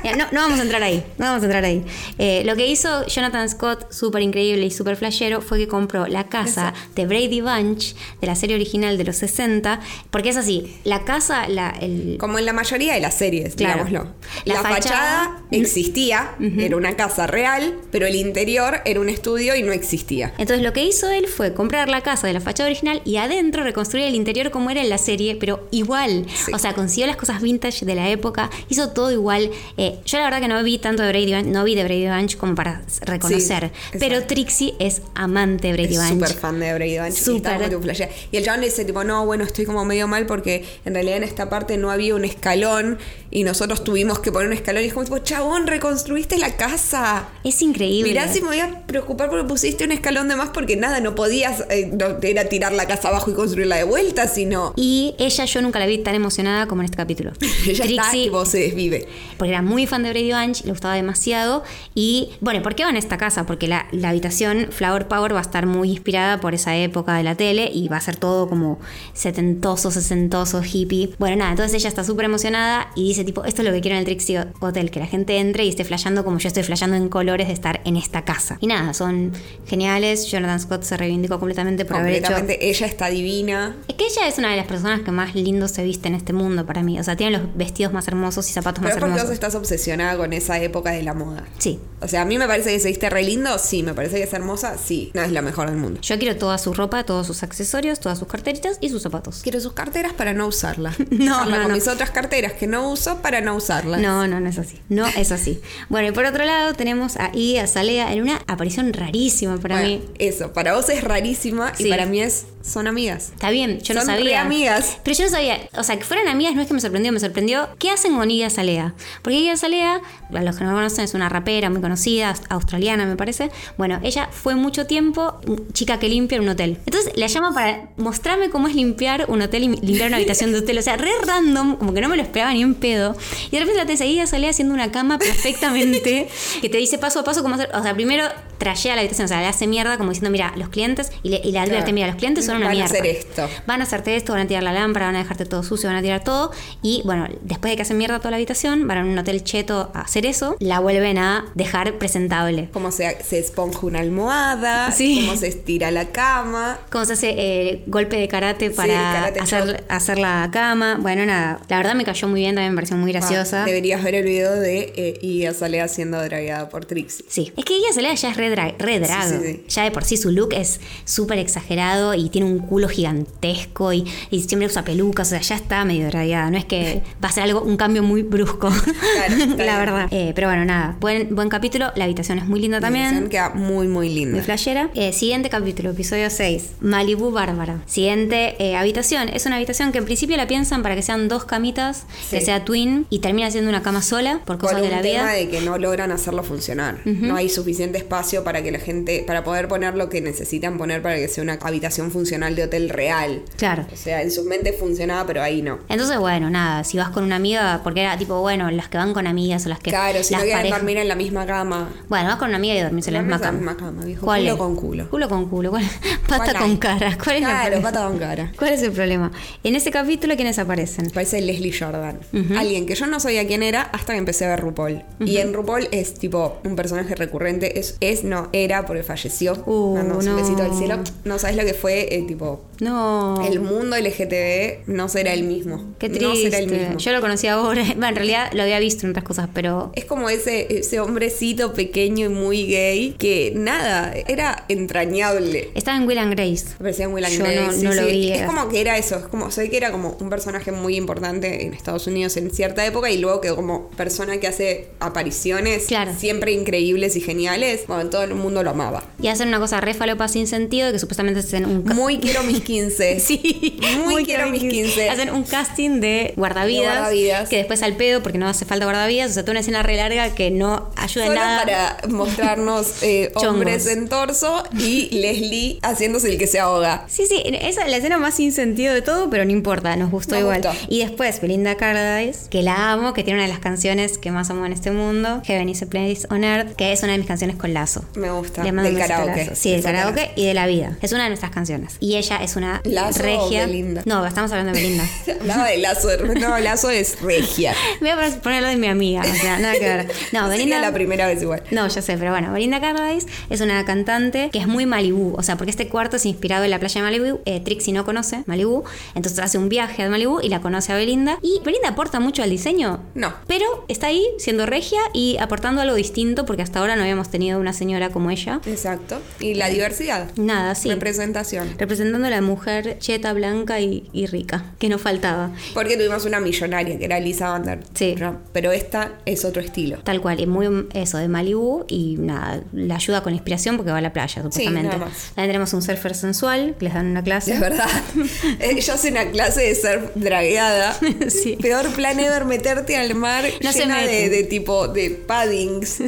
Ya, no, no vamos a entrar ahí. No vamos a entrar ahí. Eh, lo que hizo Jonathan Scott, súper increíble y súper flashero, fue que compró la casa de Brady Bunch, de la serie original de los 60. Porque es así: la casa, la, el, Como en la mayoría de las series, Claro. digámoslo. La La, fachada- fachada, existía, era una casa real, pero el interior era un estudio y no existía. Entonces lo que hizo él fue comprar la casa de la fachada original y adentro reconstruir el interior como era en la serie, pero igual. Sí. O sea, consiguió las cosas vintage de la época, hizo todo igual. Eh, yo la verdad que no vi tanto de Brady Bunch, no vi de Brady Bunch como para s- reconocer. exacto. pero Trixie es amante de Brady Es súper Bunch. fan de Brady Bunch. y Súper. estaba como tipo flashea. Y el chabón le dice, tipo, no, bueno, estoy como medio mal porque en realidad en esta parte no había un escalón y nosotros tuvimos que poner un escalón. Y es como, tipo, chabón, reconstruiste la casa. Es increíble. Mirá si me voy a preocupar porque pusiste un escalón de más porque nada, no podías, eh, no, era tirar la casa abajo y construirla de vuelta, sino... Y ella yo nunca la vi tan emocionada como en este capítulo. Ella está, Trixie, tipo, se desvive. porque era muy muy fan de Brady Bunch, le gustaba demasiado. Y bueno, ¿por qué van a esta casa? Porque la, la habitación Flower Power va a estar muy inspirada por esa época de la tele y va a ser todo como setentoso, sesentoso, hippie. Bueno, nada, entonces ella está súper emocionada y dice tipo, esto es lo que quiero en el Trixie Hotel, que la gente entre y esté flasheando como yo estoy flasheando en colores de estar en esta casa. Y nada, son geniales. Jonathan Scott se reivindicó completamente por haber hecho... Completamente, ella está divina. Es que ella es una de las personas que más lindo se viste en este mundo para mí. O sea, tiene los vestidos más hermosos y zapatos Pero más es porque vos hermosos. estás obsesionada con esa época de la moda. Sí. O sea, a mí me parece que se viste re lindo, sí. Me parece que es hermosa, sí. No es la mejor del mundo. Yo quiero toda su ropa, todos sus accesorios, todas sus carteritas y sus zapatos. Quiero sus carteras para no usarla. No, Usarla no, con no. mis otras carteras que no uso para no usarlas. No, no, no es así. No es así. Bueno, y por otro lado tenemos a Ida Salea en una aparición rarísima para Bueno, mí. Eso, para vos es rarísima y Sí. para mí es. Son amigas. Está bien, yo no Son re sabía. amigas. Pero yo no sabía. O sea, que fueran amigas no es que me sorprendió, me sorprendió. ¿Qué hacen con Ida Salea? Porque Ida Salea, a los que no me conocen, es una rapera muy conocida, aus- australiana me parece. Bueno, ella fue mucho tiempo mm, chica que limpia en un hotel. Entonces la llama para mostrarme cómo es limpiar un hotel y mi- limpiar una habitación de hotel. O sea, re random, como que no me lo esperaba ni en pedo. Y de repente la tenés a Ida Salea haciendo una cama perfectamente, que te dice paso a paso cómo hacer. O sea, primero trayea la habitación, o sea, le hace mierda como diciendo, mira, los clientes, y le, y le advierte, Claro. mira, los clientes son una Van a mierda hacer esto. van a hacerte esto, van a tirar la lámpara, van a dejarte todo sucio, van a tirar todo. Y bueno, después de que hacen mierda toda la habitación, van a un hotel cheto a hacer eso, la vuelven a dejar presentable. Cómo se, se esponja una almohada, Sí. cómo se estira la cama. Cómo se hace eh, golpe de karate para karate chop. hacer, hacer la cama. Bueno, nada, la verdad me cayó muy bien, también me pareció muy graciosa. Ah, deberías ver el video de eh, Ida Salea siendo dragueada por Trixie. Sí, es que ella Salea ya es re, dra- re drag. Sí, sí, sí. Ya de por sí su look es súper exagerado y tiene un culo gigantesco y, y siempre usa pelucas, o sea, ya está medio dragueada. No es que va a ser algo, un cambio muy brusco, está bien. la verdad. Eh, pero bueno, nada, buen, buen capítulo. La habitación es muy linda También también. queda muy, muy De linda. flashera. Eh, siguiente capítulo, episodio 6. Malibu Bárbara. Siguiente eh, habitación. Es una habitación que en principio la piensan para que sean dos camitas, que Sí. sea twin y termina siendo una cama sola por Con cosas de un la vida. tema de que no logran hacerlo funcionar. No hay suficiente espacio para que la gente, para poder poner lo que necesitan poner para que sea una habitación funcional de hotel real. Claro. O sea, en sus mentes funcionaba, pero ahí no. Entonces, bueno, nada, si vas con una amiga, porque era tipo, bueno, las que van con amigas o las que. claro, si no las quieren parejas- dormir en la misma cama. Bueno, vas con una amiga y dormirse en la misma Dormís en cama. la misma cama, viejo. ¿Cuál Culo es? con culo. Culo con culo. ¿Cuál- Pata ¿Cuál hay? con cara. ¿Cuál es la Claro, problema? pata con cara. ¿Cuál es el problema? En ese capítulo, ¿quiénes aparecen? Parece Leslie Jordan. Alguien que yo no sabía quién era hasta que empecé a ver RuPaul. Y en RuPaul es tipo un personaje recurrente. Es, es no, era porque falleció. Uh, Mandamos no. un besito al cielo. No sabes lo que fue, eh, tipo. No. El mundo LGTB no será el mismo. Qué No será triste. el mismo. Yo lo conocí ahora. Bueno, en realidad lo había visto en otras cosas, pero. Es como ese, ese hombrecito pequeño y muy gay que nada, era entrañable. Estaba en Will and Grace. Parecía muy Yo no- no lo vi. eh. Es como que era eso, es como, sé que era como un personaje muy importante en Estados Unidos en cierta época y luego que como persona que hace apariciones Claro. siempre increíbles y geniales, bueno, todo el mundo lo amaba. Y hacen una cosa re falopa sin sentido, que supuestamente hacen un. ca- Muy quiero mis 15. Sí, Muy quiero mis 15. Hacen un casting de guardavidas, De guardavidas. Que después al pedo, porque no hace falta guardavidas. O sea, toda una escena re larga que no ayuda en Solo nada. para mostrarnos eh, Chongos. hombres en torso y Leslie haciéndose el que se ahoga. Sí, sí, esa es la escena más sin sentido de todo, pero no importa, nos gustó Nos igual. gustó. Y después Belinda Carlisle, que la amo, que tiene una de las canciones que más amo en este mundo, Heaven is a Place on Earth, que es una de mis canciones con Lazo. Me gusta. Le mando Del un besito a karaoke. Lazo. Sí, del Esa karaoke canción. y de la vida. Es una de nuestras canciones. Y ella es una ¿Lazo o regia. Belinda? No, estamos hablando de Belinda. Hablaba de lazo, de repente, no, lazo es regia. Voy a ponerlo de mi amiga, o sea, nada que ver. No, Sería Belinda. la primera vez igual. No, ya sé, pero bueno, Belinda Carlisle es una cantante que es muy Malibú, o sea, porque este cuarto es inspirado en la playa de Malibú, eh, Trixie no conoce Malibú, entonces hace un viaje a Malibú y la conoce a Belinda. Y Belinda aporta mucho al diseño. No. Pero está ahí siendo regia y aportando algo distinto porque hasta ahora no habíamos tenido una señora como ella. Exacto. Y la diversidad. Nada, sí. Representación. Representando a la mujer cheta, blanca y, y rica, que no faltaba. Porque tuvimos una millonaria que era Lisa Vander. Sí. Pero esta es otro estilo. Tal cual, y muy eso de Malibu y nada, la ayuda con inspiración porque va a la playa, supuestamente. nada más. También tenemos un surfer sensual, que les dan una clase. Es verdad. Eh, Yo hace una clase de ser dragueada. Sí. Peor plan ever meterte al mar No se llena de, meten. de tipo de paddings.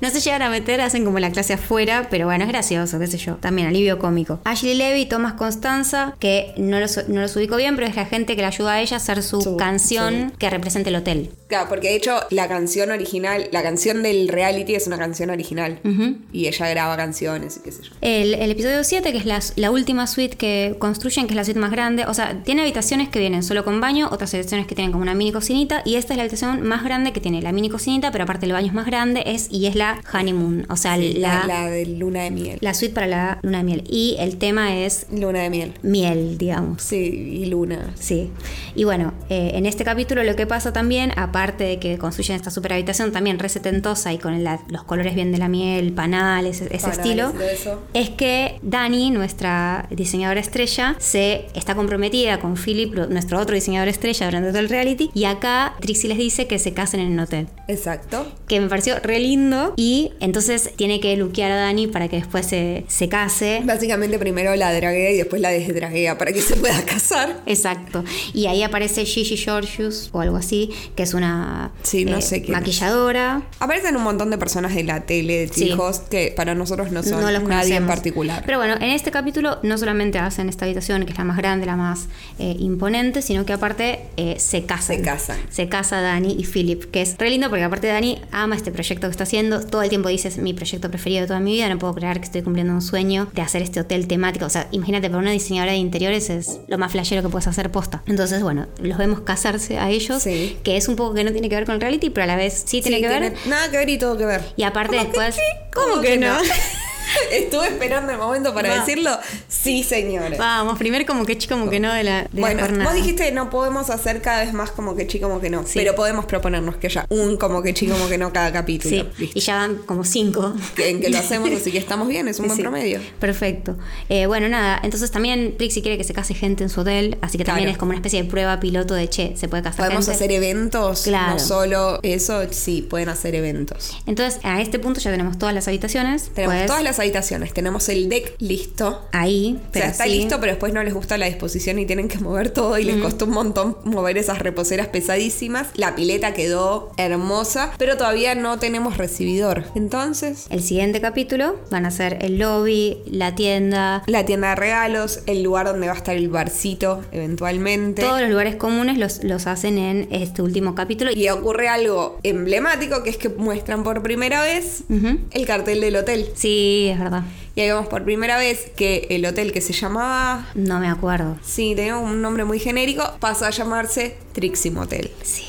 No se llegan a meter, hacen como la clase afuera, pero bueno, es gracioso, qué sé yo. También alivio cómico. Ashley Levy, Tomás Constanza, que no los, no los ubico bien, pero es la gente que le ayuda a ella a hacer su Su- canción que represente el hotel. Claro, porque de hecho la canción original, la canción del reality es una canción original. Ujú. Y ella graba canciones y qué sé yo. El, el episodio 7, que es la, la última suite que construyen, que es la suite más grande, o sea, tiene habitaciones que vienen solo con baño, otras habitaciones que tienen como una mini cocinita, y esta es la habitación más grande que tiene la mini cocinita, pero aparte el baño es más grande, es y es la honeymoon, o sea, la, la, la de luna de miel. suite para la luna de miel. Y el tema es Luna de miel. miel, digamos. Sí, y luna. Sí. Y bueno, eh, en este capítulo lo que pasa también, aparte de que construyen esta superhabitación también resetentosa y con la- los colores bien de la miel, panales, ese Panales, estilo, todo eso. es que Dani, nuestra diseñadora estrella, se está comprometida con Philip, lo- nuestro otro diseñador estrella durante todo el reality, y acá Trixie les dice que se casen en un hotel. Exacto. Que me pareció re lindo. Y entonces tiene que luquear a Dani para que después se, se case. Básicamente primero la draguea y después la desdraguea para que se pueda casar. Exacto. Y ahí aparece Gigi Georgius o algo así, que es una eh, Sí, no sé quién es. maquilladora. Aparecen un montón de personas de la tele, de Sí. chicos, que para nosotros no son no los nadie en conocemos. particular. Pero bueno, en este capítulo no solamente hacen esta habitación, que es la más grande, la más eh, imponente, sino que aparte eh, se casan. Se casan. Se casa Dani y Philip, que es re lindo porque aparte Dani ama este proyecto que está haciendo. Todo el tiempo dices, mi proyecto preferido de toda mi vida, no puedo creer que estoy cumpliendo un sueño de hacer este hotel temático. O sea, imagínate, para una diseñadora de interiores es lo más flashero que puedes hacer posta. Entonces, bueno, los vemos casarse a ellos, Sí. que es un poco que no tiene que ver con el reality, pero a la vez sí tiene Sí, que ver. Nada que ver y todo que ver. Y aparte ¿Cómo que después- sí? ¿Cómo que no? Estuve esperando el momento para Va. decirlo. Sí, señores. Vamos, primero como que chico, como que no de la, de la Oh. Bueno, jornada. vos dijiste no podemos hacer cada vez más como que sí, como que no. Sí. Pero podemos proponernos que haya un como que sí, como que no cada capítulo. Sí, Listo. y ya van como cinco. En que lo hacemos, así que estamos bien, es un buen Sí, promedio. Perfecto. Eh, bueno, nada, entonces también Trixie quiere que se case gente en su hotel, así que también Claro. es como una especie de prueba piloto de che, se puede casar Podemos gente? hacer e-. eventos, Claro. no solo eso, sí, pueden hacer eventos. Entonces, a este punto ya tenemos todas las habitaciones. Tenemos pues, todas las habitaciones, tenemos el deck listo. Ahí, o pero sea, está sí. listo, pero después no les gusta la disposición y tienen que mover todo y les costó un montón mover esas reposeras pesadísimas. La pileta quedó hermosa, pero todavía no tenemos recibidor. Entonces, El siguiente capítulo van a ser el lobby, la tienda, la tienda de regalos, el lugar donde va a estar el barcito eventualmente. todos los lugares comunes los, los hacen en este último capítulo. Y ocurre algo emblemático, que es que muestran por primera vez Ujú. el cartel del hotel. Sí, es verdad. Y ahí vemos por primera vez que el hotel que se llamaba... No me acuerdo. Sí, tenía un nombre muy genérico, pasa a llamarse Trixie Motel. Sí.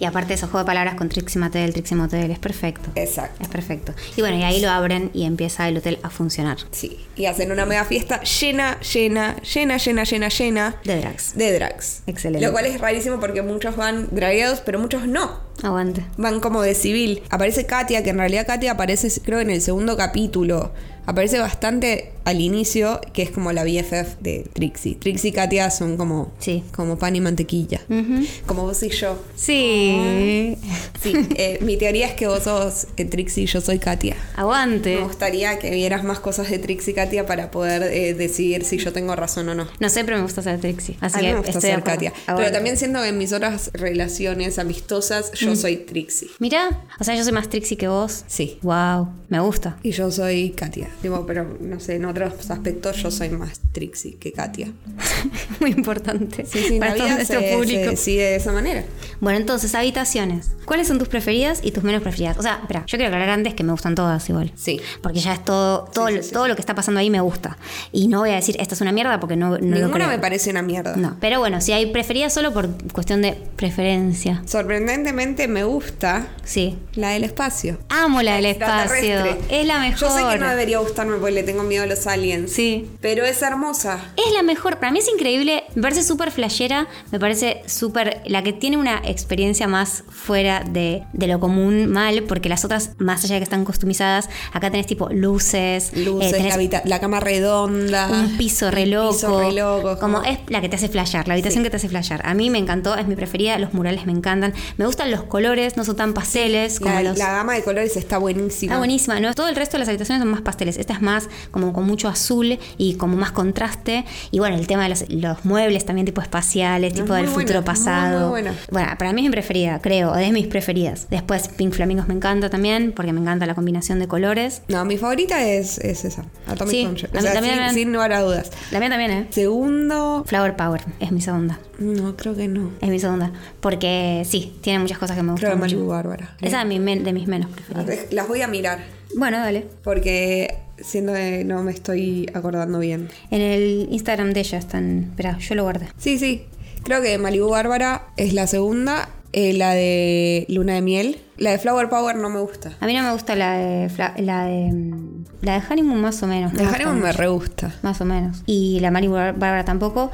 Y aparte esos juego de palabras con Trixie Motel, Trixie Motel, es perfecto. Exacto. Es perfecto. Y bueno, y ahí lo abren y empieza el hotel a funcionar. Sí, y hacen una mega fiesta llena, llena, llena, llena, llena, llena De drags. de drags. Excelente. Lo cual es rarísimo porque muchos van dragueados, pero muchos no. Aguante. Van como de civil. Aparece Katia, que en realidad Katia aparece, creo, en el segundo capítulo. Aparece bastante al inicio, que es como la BFF de Trixie. Trixie y Katia son como, Sí. como pan y mantequilla. Como vos y yo. Sí. Sí, eh, mi teoría es que vos sos eh, Trixie y yo soy Katia. Me Aguante. gustaría que vieras más cosas de Trixie y Katia para poder eh, decidir si yo tengo razón o no. No sé, pero me gusta ser Trixie. Así a mí que me gusta estoy de ser acuerdo. Ah, Katia. Pero Aguante. también siento que en mis otras relaciones amistosas yo soy Trixie. Mirá, o sea, yo soy más Trixie que vos. Sí. Wow, me gusta. Y yo soy Katia. Digo, pero no sé, en otros aspectos yo soy más Trixie que Katia. Muy importante Sí, sí, para la todo vida nuestro se- público. se- este, sí, de esa manera. Bueno, entonces, habitaciones. ¿Cuáles son tus preferidas y tus menos preferidas? O sea, espera, yo quiero aclarar antes que me gustan todas igual. Sí. Porque ya es todo, todo, lo- todo lo que está pasando ahí me gusta. Y no voy a decir, esta es una mierda porque no, no lo Ninguna creo. me parece una mierda. No, pero bueno, si hay preferidas solo por cuestión de preferencia. Sorprendentemente me gusta Sí. la del espacio. Amo la del espacio. Extraterrestre. Es la mejor. Yo sé que no debería gustarme porque le tengo miedo a los aliens. Sí. Pero es hermosa. Es la mejor, para mí es increíble, me parece súper flashera, me parece súper, la que tiene una experiencia más fuera de, de lo común, mal, porque las otras, más allá de que están customizadas, acá tenés tipo luces, eh, Luces, tenés la, habita- la cama redonda. un piso re loco. Ah, piso re loco, como como- es la que te hace flashear, la habitación que te hace flashear. A mí me encantó, es mi preferida, los murales me encantan, me gustan los colores, no son tan pasteles como La, los... la gama de colores está buenísima. Ah, buenísima. No, todo el resto de las habitaciones son más ángeles. Esta es más como con mucho azul y como más contraste. Y bueno, el tema de los, los muebles también tipo espaciales, Es tipo del muy buena, futuro muy, pasado. muy buena. Bueno, para mí es mi preferida, creo, o de mis preferidas. Después Pink Flamingos me encanta también, porque me encanta la combinación de colores. No, mi favorita es, es esa, Atomic Sí, Sunshine. a O mí sea, también sin, me- sin lugar a dudas. La mía también, ¿eh? Segundo, Flower Power es mi segunda. no, creo que no. Es mi segunda. Porque sí, tiene muchas cosas que me Creo que gustan. Malibu mucho. Bárbara. Esa es mi men- de mis menos preferidas. Las voy a mirar Bueno, dale. porque siento que no me estoy acordando bien. En el Instagram de ella están. Espera, yo lo guardé. Sí, sí. Creo que Malibu Bárbara es la segunda. eh, la de Luna de Miel. La de Flower Power no me gusta. A mí no me gusta la de. Fla- la de. mm, La de Honeymoon, más o menos. no La me gusta Honeymoon me mucho. re gusta. Más o menos. Y la Malibu Bárbara tampoco.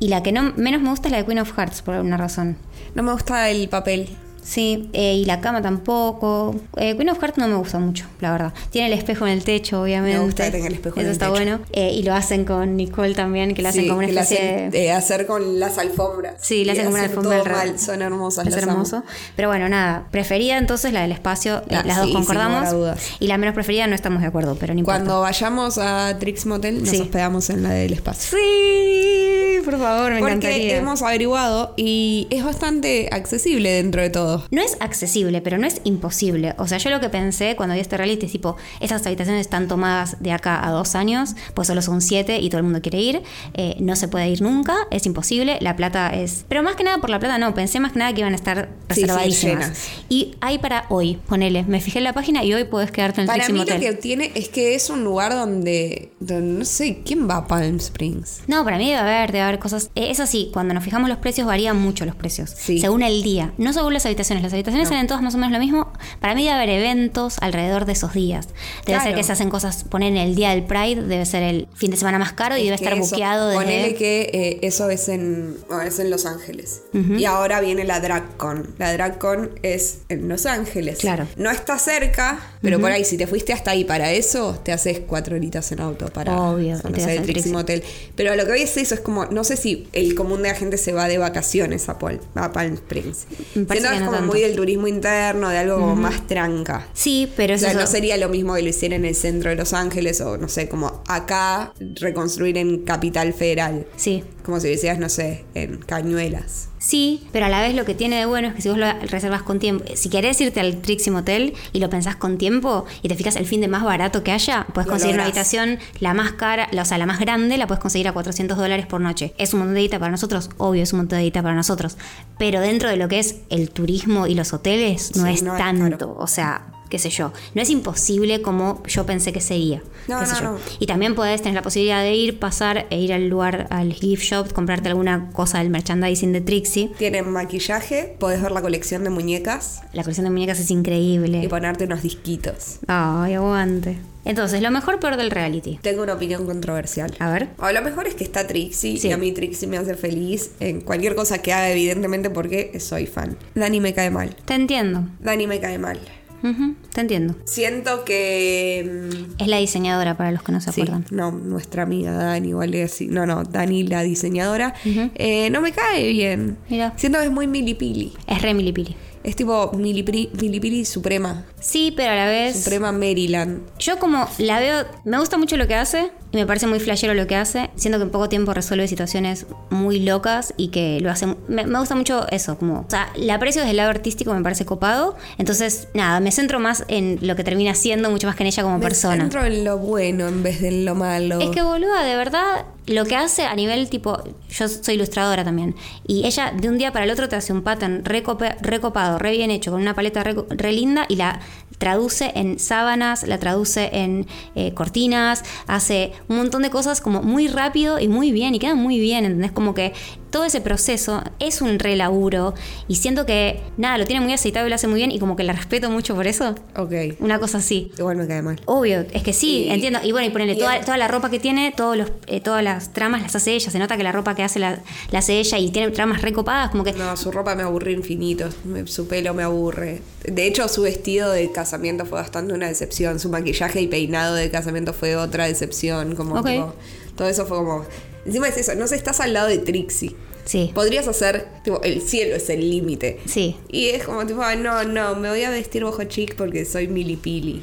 Y la que no, menos me gusta es la de Queen of Hearts, por alguna razón. No me gusta el papel. Sí, eh, y la cama tampoco. Eh, Queen of Hearts no me gusta mucho, la verdad. Tiene el espejo en el techo, obviamente. Me gusta que tenga el espejo Eso en el está techo. bueno. Eh, y lo hacen con Nicole también, que la hacen Sí, como una que la especie hacen, de... eh, hacer con las alfombras. Sí, Y la hacen como una alfombra todo al revés. mal. Son hermosas. Es las amo. hermoso. Pero bueno, nada. Preferida entonces la del espacio, eh, La- las dos Ah, sí, sin lugar a concordamos. dudas. Y la menos preferida no estamos de acuerdo, pero no importa. Cuando vayamos a Trix Motel, nos Sí. hospedamos en la del espacio. Sí, por favor, me Porque encantaría. hemos averiguado y es bastante accesible dentro de todo. No es accesible, pero no es imposible. O sea, yo lo que pensé cuando vi este reality es tipo, esas habitaciones están tomadas de acá a dos años, pues solo son siete y todo el mundo quiere ir, eh, no se puede ir nunca, es imposible, la plata es... Pero más que nada por la plata no, pensé más que nada que iban a estar Sí, sí, reservadísimas. llenas. y hay para hoy, ponele, me fijé en la página y hoy puedes quedarte en el Para Trixie mí Motel. lo que tiene es que es un lugar donde, donde no sé quién va a Palm Springs. No, para mí debe haber, debe haber cosas. Eh, Es así, cuando nos fijamos los precios varían mucho los precios. Sí. Según el día. No según las habitaciones. Las habitaciones No. salen todas más o menos lo mismo. Para mí debe haber eventos alrededor de esos días. Debe ser Claro. que se hacen cosas, ponen el día del Pride, debe ser el fin de semana más caro y debe Que estar eso- buqueado desde... Ponele que eh, eso es en, bueno, es en Los Ángeles. Y ahora viene la DragCon. La DragCon es en Los Ángeles. Claro. No está cerca, pero por ahí, si te fuiste hasta ahí para eso, te haces cuatro horitas en auto para Obvio, no te vas sé, al el Trixie Trixie. Motel. Pero lo que hoy es eso, es como, no sé si el común de la gente se va de vacaciones a, Pol- a Palm Springs. Me Siento parece que que es no como tanto. muy del turismo interno, de algo como más tranca. Sí, pero O es sea, eso. no sería lo mismo que lo hiciera en el centro de Los Ángeles o no sé, como acá reconstruir en Capital Federal. Sí. Como si lo hicieras, no sé, en Cañuelas. Sí, pero a la vez lo que tiene de bueno es que si vos lo reservas con tiempo, si querés irte al Trixie Motel y lo pensás con tiempo y te fijas el fin de más barato que haya, puedes Lo conseguir una lográs. habitación la más cara, la- o sea, la más grande, la puedes conseguir a 400 dólares por noche. Es un montón de guita para nosotros, obvio, es un montón de guita para nosotros, pero dentro de lo que es el turismo y los hoteles no Sí, es no es tanto, o sea, qué sé yo, no es imposible como yo pensé que sería. No, qué sé no, yo. no. Y también podés tener la posibilidad de ir, pasar e ir al lugar, al gift shop, comprarte alguna cosa del merchandising de Trixie. Tienen maquillaje, podés ver la colección de muñecas La colección de muñecas es increíble. y ponerte unos disquitos. Ay, aguante. Entonces, lo mejor peor del reality. Tengo una opinión controversial. A ver. O lo mejor es que está Trixie Sí. y a mí Trixie me hace feliz en cualquier cosa que haga, evidentemente, porque soy fan. Dani me cae mal. Te entiendo. Dani me cae mal. Ujú, te entiendo. Siento que. mm, Es la diseñadora para los que no se Sí, acuerdan. no, nuestra amiga Dani, igual es así. No, no, Dani, la diseñadora. eh, no me cae bien. Mira. Siento que es muy milipili. Es re milipili. Es tipo milipili, milipili suprema. Sí, pero a la vez. Suprema Maryland. Yo como la veo, me gusta mucho lo que hace y me parece muy flashero lo que hace, siendo que en poco tiempo resuelve situaciones muy locas y que lo hace... Me, me gusta mucho eso, como... O sea, la aprecio desde el lado artístico, me parece copado, entonces nada, me centro más en lo que termina siendo, mucho más que en ella como persona. Entro en lo bueno en vez de en lo malo. Es que boluda, de verdad, lo que hace a nivel tipo, yo soy ilustradora también, y ella de un día para el otro te hace un pattern recope- recopado, re bien hecho, con una paleta re, re linda y la traduce en sábanas, la traduce en eh, cortinas, hace un montón de cosas como muy rápido y muy bien, y queda muy bien, ¿entendés? Como que todo ese proceso es un re laburo y siento que, nada, lo tiene muy aceitado y lo hace muy bien y como que la respeto mucho por eso. Ok. Una cosa así. Igual me cae mal. Obvio, es que sí, Y- entiendo. Y bueno, y ponele y toda, el- toda la ropa que tiene, todos los, eh, todas las tramas las hace ella. Se nota que la ropa que hace la, la hace ella y tiene tramas recopadas, como que. No, su ropa me aburre infinito. Me- Su pelo me aburre. De hecho, su vestido de casamiento fue bastante una decepción. Su maquillaje y peinado de casamiento fue otra decepción. Como Ok. tipo, todo eso fue como. Encima es eso, no sé, estás al lado de Trixie. Sí, Podrías hacer, tipo, el cielo es el límite. sí, Y es como tipo, ah, no, no, me voy a vestir bojo chic porque soy milipili.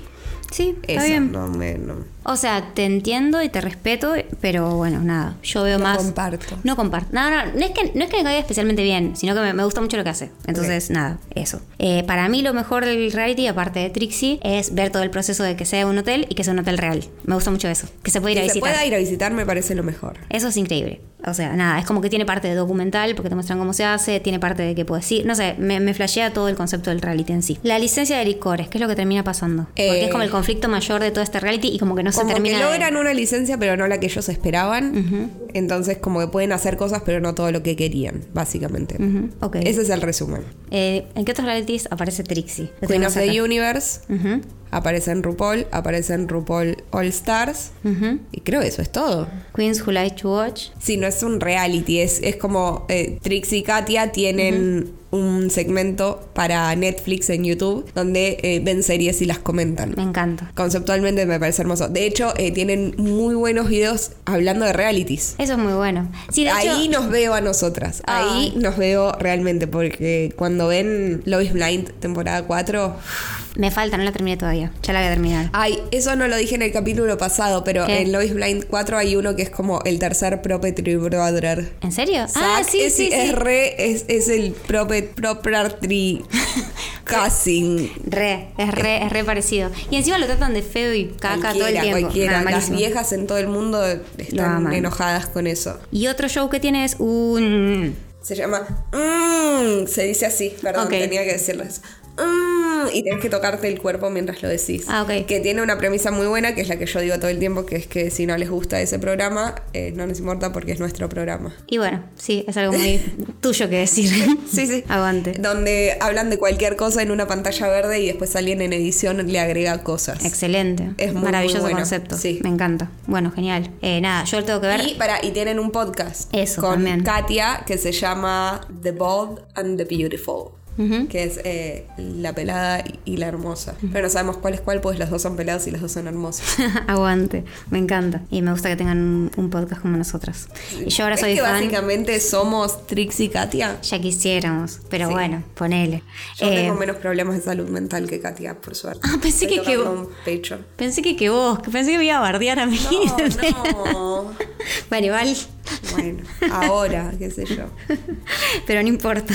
sí, está Eso, bien. no me. No. O sea, te entiendo y te respeto, pero bueno, nada. Yo veo No más. comparto. No comparto. No, no, no es que, no es que me caiga especialmente bien, sino que me, me gusta mucho lo que hace. Entonces, nada, eso. Eh, para mí, lo mejor del reality, aparte de Trixie, es ver todo el proceso de que sea un hotel y que sea un hotel real. Me gusta mucho eso. Que se puede ir a Que se visitar. pueda ir a visitar me parece lo mejor. Eso es increíble. O sea, nada, es como que tiene parte de documental, porque te muestran cómo se hace, tiene parte de que puedes ir. No sé, me, me flashea todo el concepto del reality en sí. La licencia de licores, ¿qué es lo que termina pasando? Porque Eh. es como el conflicto mayor de todo este reality y como que no se como termina. que de- logran una licencia, pero no la que ellos esperaban. Entonces, como que pueden hacer cosas, pero no todo lo que querían, básicamente. Ujú, ok. Ese es el resumen. Eh, ¿En qué otros realities aparece Trixie? Queen Lo tenemos of the acá. Universe, Ujú, aparece en RuPaul, aparece en RuPaul All Stars. ujú. Y creo que eso es todo. Queens Who Like to Watch. Sí, no es un reality, es, es como eh, Trix y Katia tienen un segmento para Netflix en YouTube donde eh, ven series y las comentan. Me encanta. Conceptualmente me parece hermoso. De hecho, eh, tienen muy buenos videos hablando de realities. Eso es muy bueno. Sí, de Ahí hecho, Ah. nos veo a nosotras. Ay. Ahí nos veo realmente, porque cuando ven Love is Blind temporada 4, me falta, no la terminé todavía. Ya la voy a terminar. Ay, eso no lo dije en el capítulo pasado, pero ¿Qué? en Love is Blind 4 hay uno que es como el tercer property brother. ¿En serio? ah, Zack sí, es, sí, es sí. re- es, es el prope- property cousin. Re, es re, es re parecido. Y encima lo tratan de feo y caca todo Eh. el Cualquiera, tiempo. cualquiera. Nada, Las malísimo. viejas en todo el mundo están aman. enojadas con eso. Y otro show que tiene es un... Se llama mm, se dice así, perdón, Ok. tenía que decirles. Mm, y tienes que tocarte el cuerpo mientras lo decís. Ah, ok. Que tiene una premisa muy buena, que es la que yo digo todo el tiempo, que es que si no les gusta ese programa, eh, no les importa porque es nuestro programa. Y bueno, sí, es algo muy tuyo que decir. Sí, sí. Aguante. Donde hablan de cualquier cosa en una pantalla verde y después alguien en edición le agrega cosas. Excelente. Es muy, Maravilloso muy bueno. concepto. Sí. Me encanta. Bueno, genial. Eh, nada, yo lo tengo que ver. Y, para, y tienen un podcast Eso, con también. Katia que se llama The Bold and the Beautiful. Ujú. Que es eh, la pelada y la hermosa. Pero no sabemos cuál es cuál, pues los dos son pelados y los dos son hermosos. Aguante. Me encanta. Y me gusta que tengan un, un podcast como nosotras. Y yo ahora ¿Ves soy que fan. básicamente somos Trix y Katia? Ya quisiéramos, pero Sí. bueno, ponele. Yo Eh, tengo menos problemas de salud mental que Katia, por suerte. Ah, pensé Estoy que- que tocando vos- un pecho. Pensé que, que vos, que pensé que me iba a bardear a mí. No, no. bueno, igual. Bueno, ahora, qué sé yo. Pero no importa.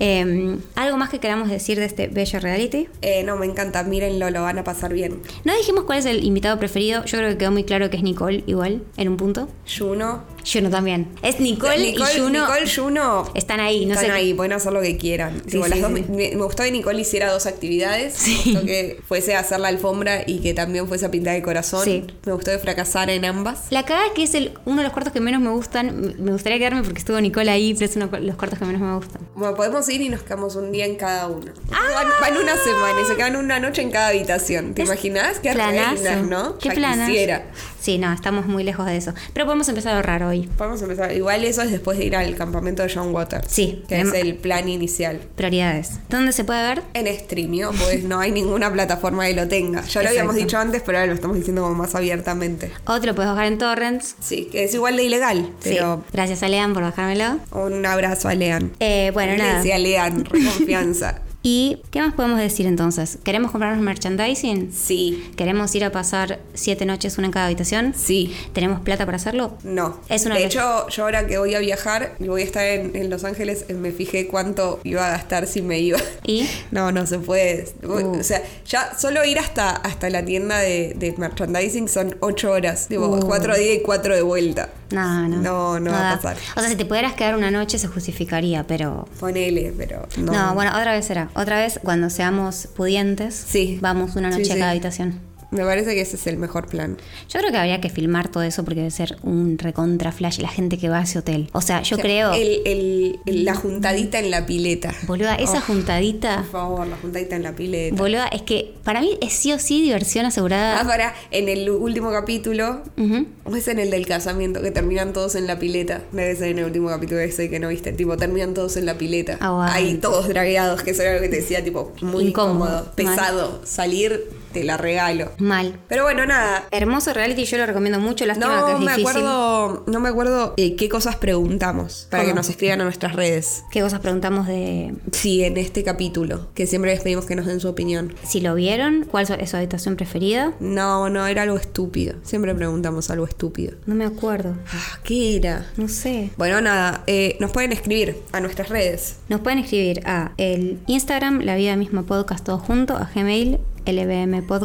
Eh, ¿Algo más que queramos decir de este bello reality? Eh, no, me encanta, mírenlo, lo van a pasar bien. No dijimos cuál es el invitado preferido. Yo creo que quedó muy claro que es Nicole, igual, en un punto. Juno. Juno también. Es Nicole, y Juno. Nicole, Juno. Están ahí, no Están sé. ahí, pueden hacer lo que quieran. Sí, Digo, sí, las dos- sí. me, me gustó que Nicole hiciera dos actividades. Sí. Me gustó que fuese a hacer la alfombra y que también fuese a pintar el corazón. Sí. Me gustó que fracasara en ambas. La cagada es que es el, uno de los cortos que menos me gustan. M- Me gustaría quedarme porque estuvo Nicole ahí, pero es uno de los cortos que menos me gustan. Bueno, podemos ir y nos quedamos un día en cada uno. Ah. Van, van una semana y se quedan una noche en cada habitación. ¿Te Es imaginas? Qué planazo. reinas, ¿no? ¿Qué Ya planas? quisiera. Sí, no, estamos muy lejos de eso. Pero podemos empezar a ahorrar hoy. Vamos a empezar. Igual eso es después de ir al campamento de John Waters. Sí, Que tenemos- es el plan inicial. Prioridades. ¿Dónde se puede ver? En streamio, pues no hay ninguna plataforma que lo tenga. Ya lo habíamos Exacto. dicho antes, pero ahora lo estamos diciendo como más abiertamente. O te lo puedes bajar en torrents. Sí, que es igual de ilegal, pero Sí. Gracias a Lean por bajármelo. un abrazo a Lean. Eh, bueno, Le nada. decía a Lean, re confianza. ¿Y qué más podemos decir entonces? ¿Queremos comprarnos merchandising? Sí, ¿Queremos ir a pasar siete noches, una en cada habitación? sí. ¿Tenemos plata para hacerlo? No. Es una de vez. hecho, yo ahora que voy a viajar y voy a estar en, en Los Ángeles, eh, me fijé cuánto iba a gastar si me iba. ¿Y? No, no se puede. Uh. O sea, ya solo ir hasta, hasta la tienda de, de merchandising son 8 horas. Digo, Uh. 4 de ida y 4 de vuelta. No, no. No, no va a da. pasar. O sea, si te pudieras quedar una noche se justificaría, pero... Ponele, pero no. No. bueno, otra vez será. Otra vez, cuando seamos pudientes, Sí. vamos una noche Sí, a sí. cada habitación. Me parece que ese es el mejor plan. Yo creo que habría que filmar todo eso porque debe ser un recontra flash la gente que va a ese hotel. O sea, O yo sea, creo... el- el- el- la juntadita en la pileta. Boluda, esa Oh, juntadita... Por favor, la juntadita en la pileta. Boluda, es que para mí es sí o sí diversión asegurada. Ahora, en el último capítulo, Ujú. o es en el del casamiento, que terminan todos en la pileta. Debe ser en el último capítulo ese que no viste. Tipo, terminan todos en la pileta. Aguante. Ahí todos dragueados, que eso era lo que te decía, tipo, muy Incómodo, incómodo, pesado. Salir te la regalo. Mal. Pero bueno, nada, Hermoso reality, yo lo recomiendo mucho. Lástima No que es me difícil. acuerdo, no me acuerdo eh, qué cosas preguntamos para ¿Cómo? que nos escriban a nuestras redes. ¿Qué cosas preguntamos de Sí, en este capítulo, que siempre les pedimos que nos den su opinión. si lo vieron? ¿Cuál es su habitación preferida? No, no, era algo estúpido. Siempre preguntamos algo estúpido. No me acuerdo. Ah, ¿Qué era? No sé. Bueno, nada, eh, nos pueden escribir a nuestras redes. Nos pueden escribir a el Instagram, la vida misma podcast todo junto, a Gmail,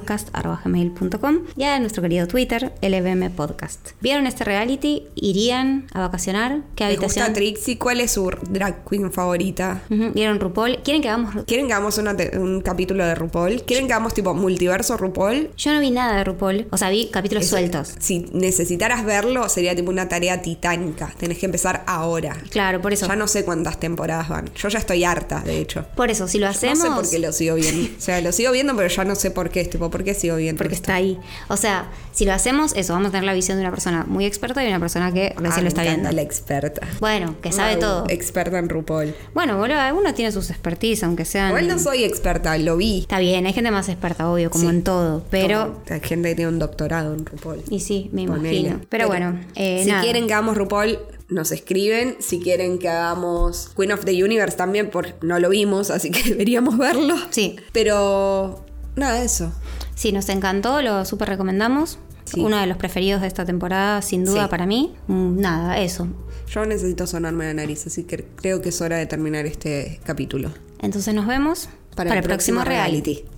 lbmpodcast.gmail.com y a nuestro querido Twitter, lbmpodcast. ¿Vieron este reality? ¿Irían a vacacionar? ¿Qué ¿Les gusta habitación? Trixie? ¿Cuál es su drag queen favorita? Ujú, ¿Vieron RuPaul? ¿Quieren que hagamos...? ¿Quieren que hagamos una te- un capítulo de RuPaul? ¿Quieren que hagamos tipo multiverso RuPaul? Yo no vi nada de RuPaul. O sea, vi capítulos sueltos. Si necesitaras verlo, sería tipo una tarea titánica. Tenés que empezar ahora. Claro, por eso. Ya no sé cuántas temporadas van. Yo ya estoy harta, de hecho. Por eso, si lo hacemos... No sé por qué lo sigo viendo. O sea, lo sigo viendo, pero ya no sé por qué. es Tipo, ¿por qué sigo viendo? Porque esto? está ahí. O sea, si lo hacemos, eso, vamos a tener la visión de una persona muy experta y una persona que recién Ah, lo me encanta está eh. viendo. La experta. Bueno, que sabe Maru, todo. Experta en RuPaul. Bueno, boludo, uno tiene sus expertise, aunque sean. Igual no soy experta, lo vi. Está bien, hay gente más experta, obvio, como Sí. en todo. Pero. Como la gente que tiene un doctorado en RuPaul. Y sí, me Ponele. imagino. Pero, bueno, eh, si nada. quieren que hagamos RuPaul, nos escriben. Si quieren que hagamos Queen of the Universe también, porque no lo vimos, así que deberíamos verlo. Sí. Pero nada, eso. Sí, nos encantó, lo súper recomendamos. Sí. Uno de los preferidos de esta temporada, sin duda, Sí. para mí. Mm, Nada, eso. Yo necesito sonarme la nariz, así que creo que es hora de terminar este capítulo. Entonces nos vemos Para el próximo reality.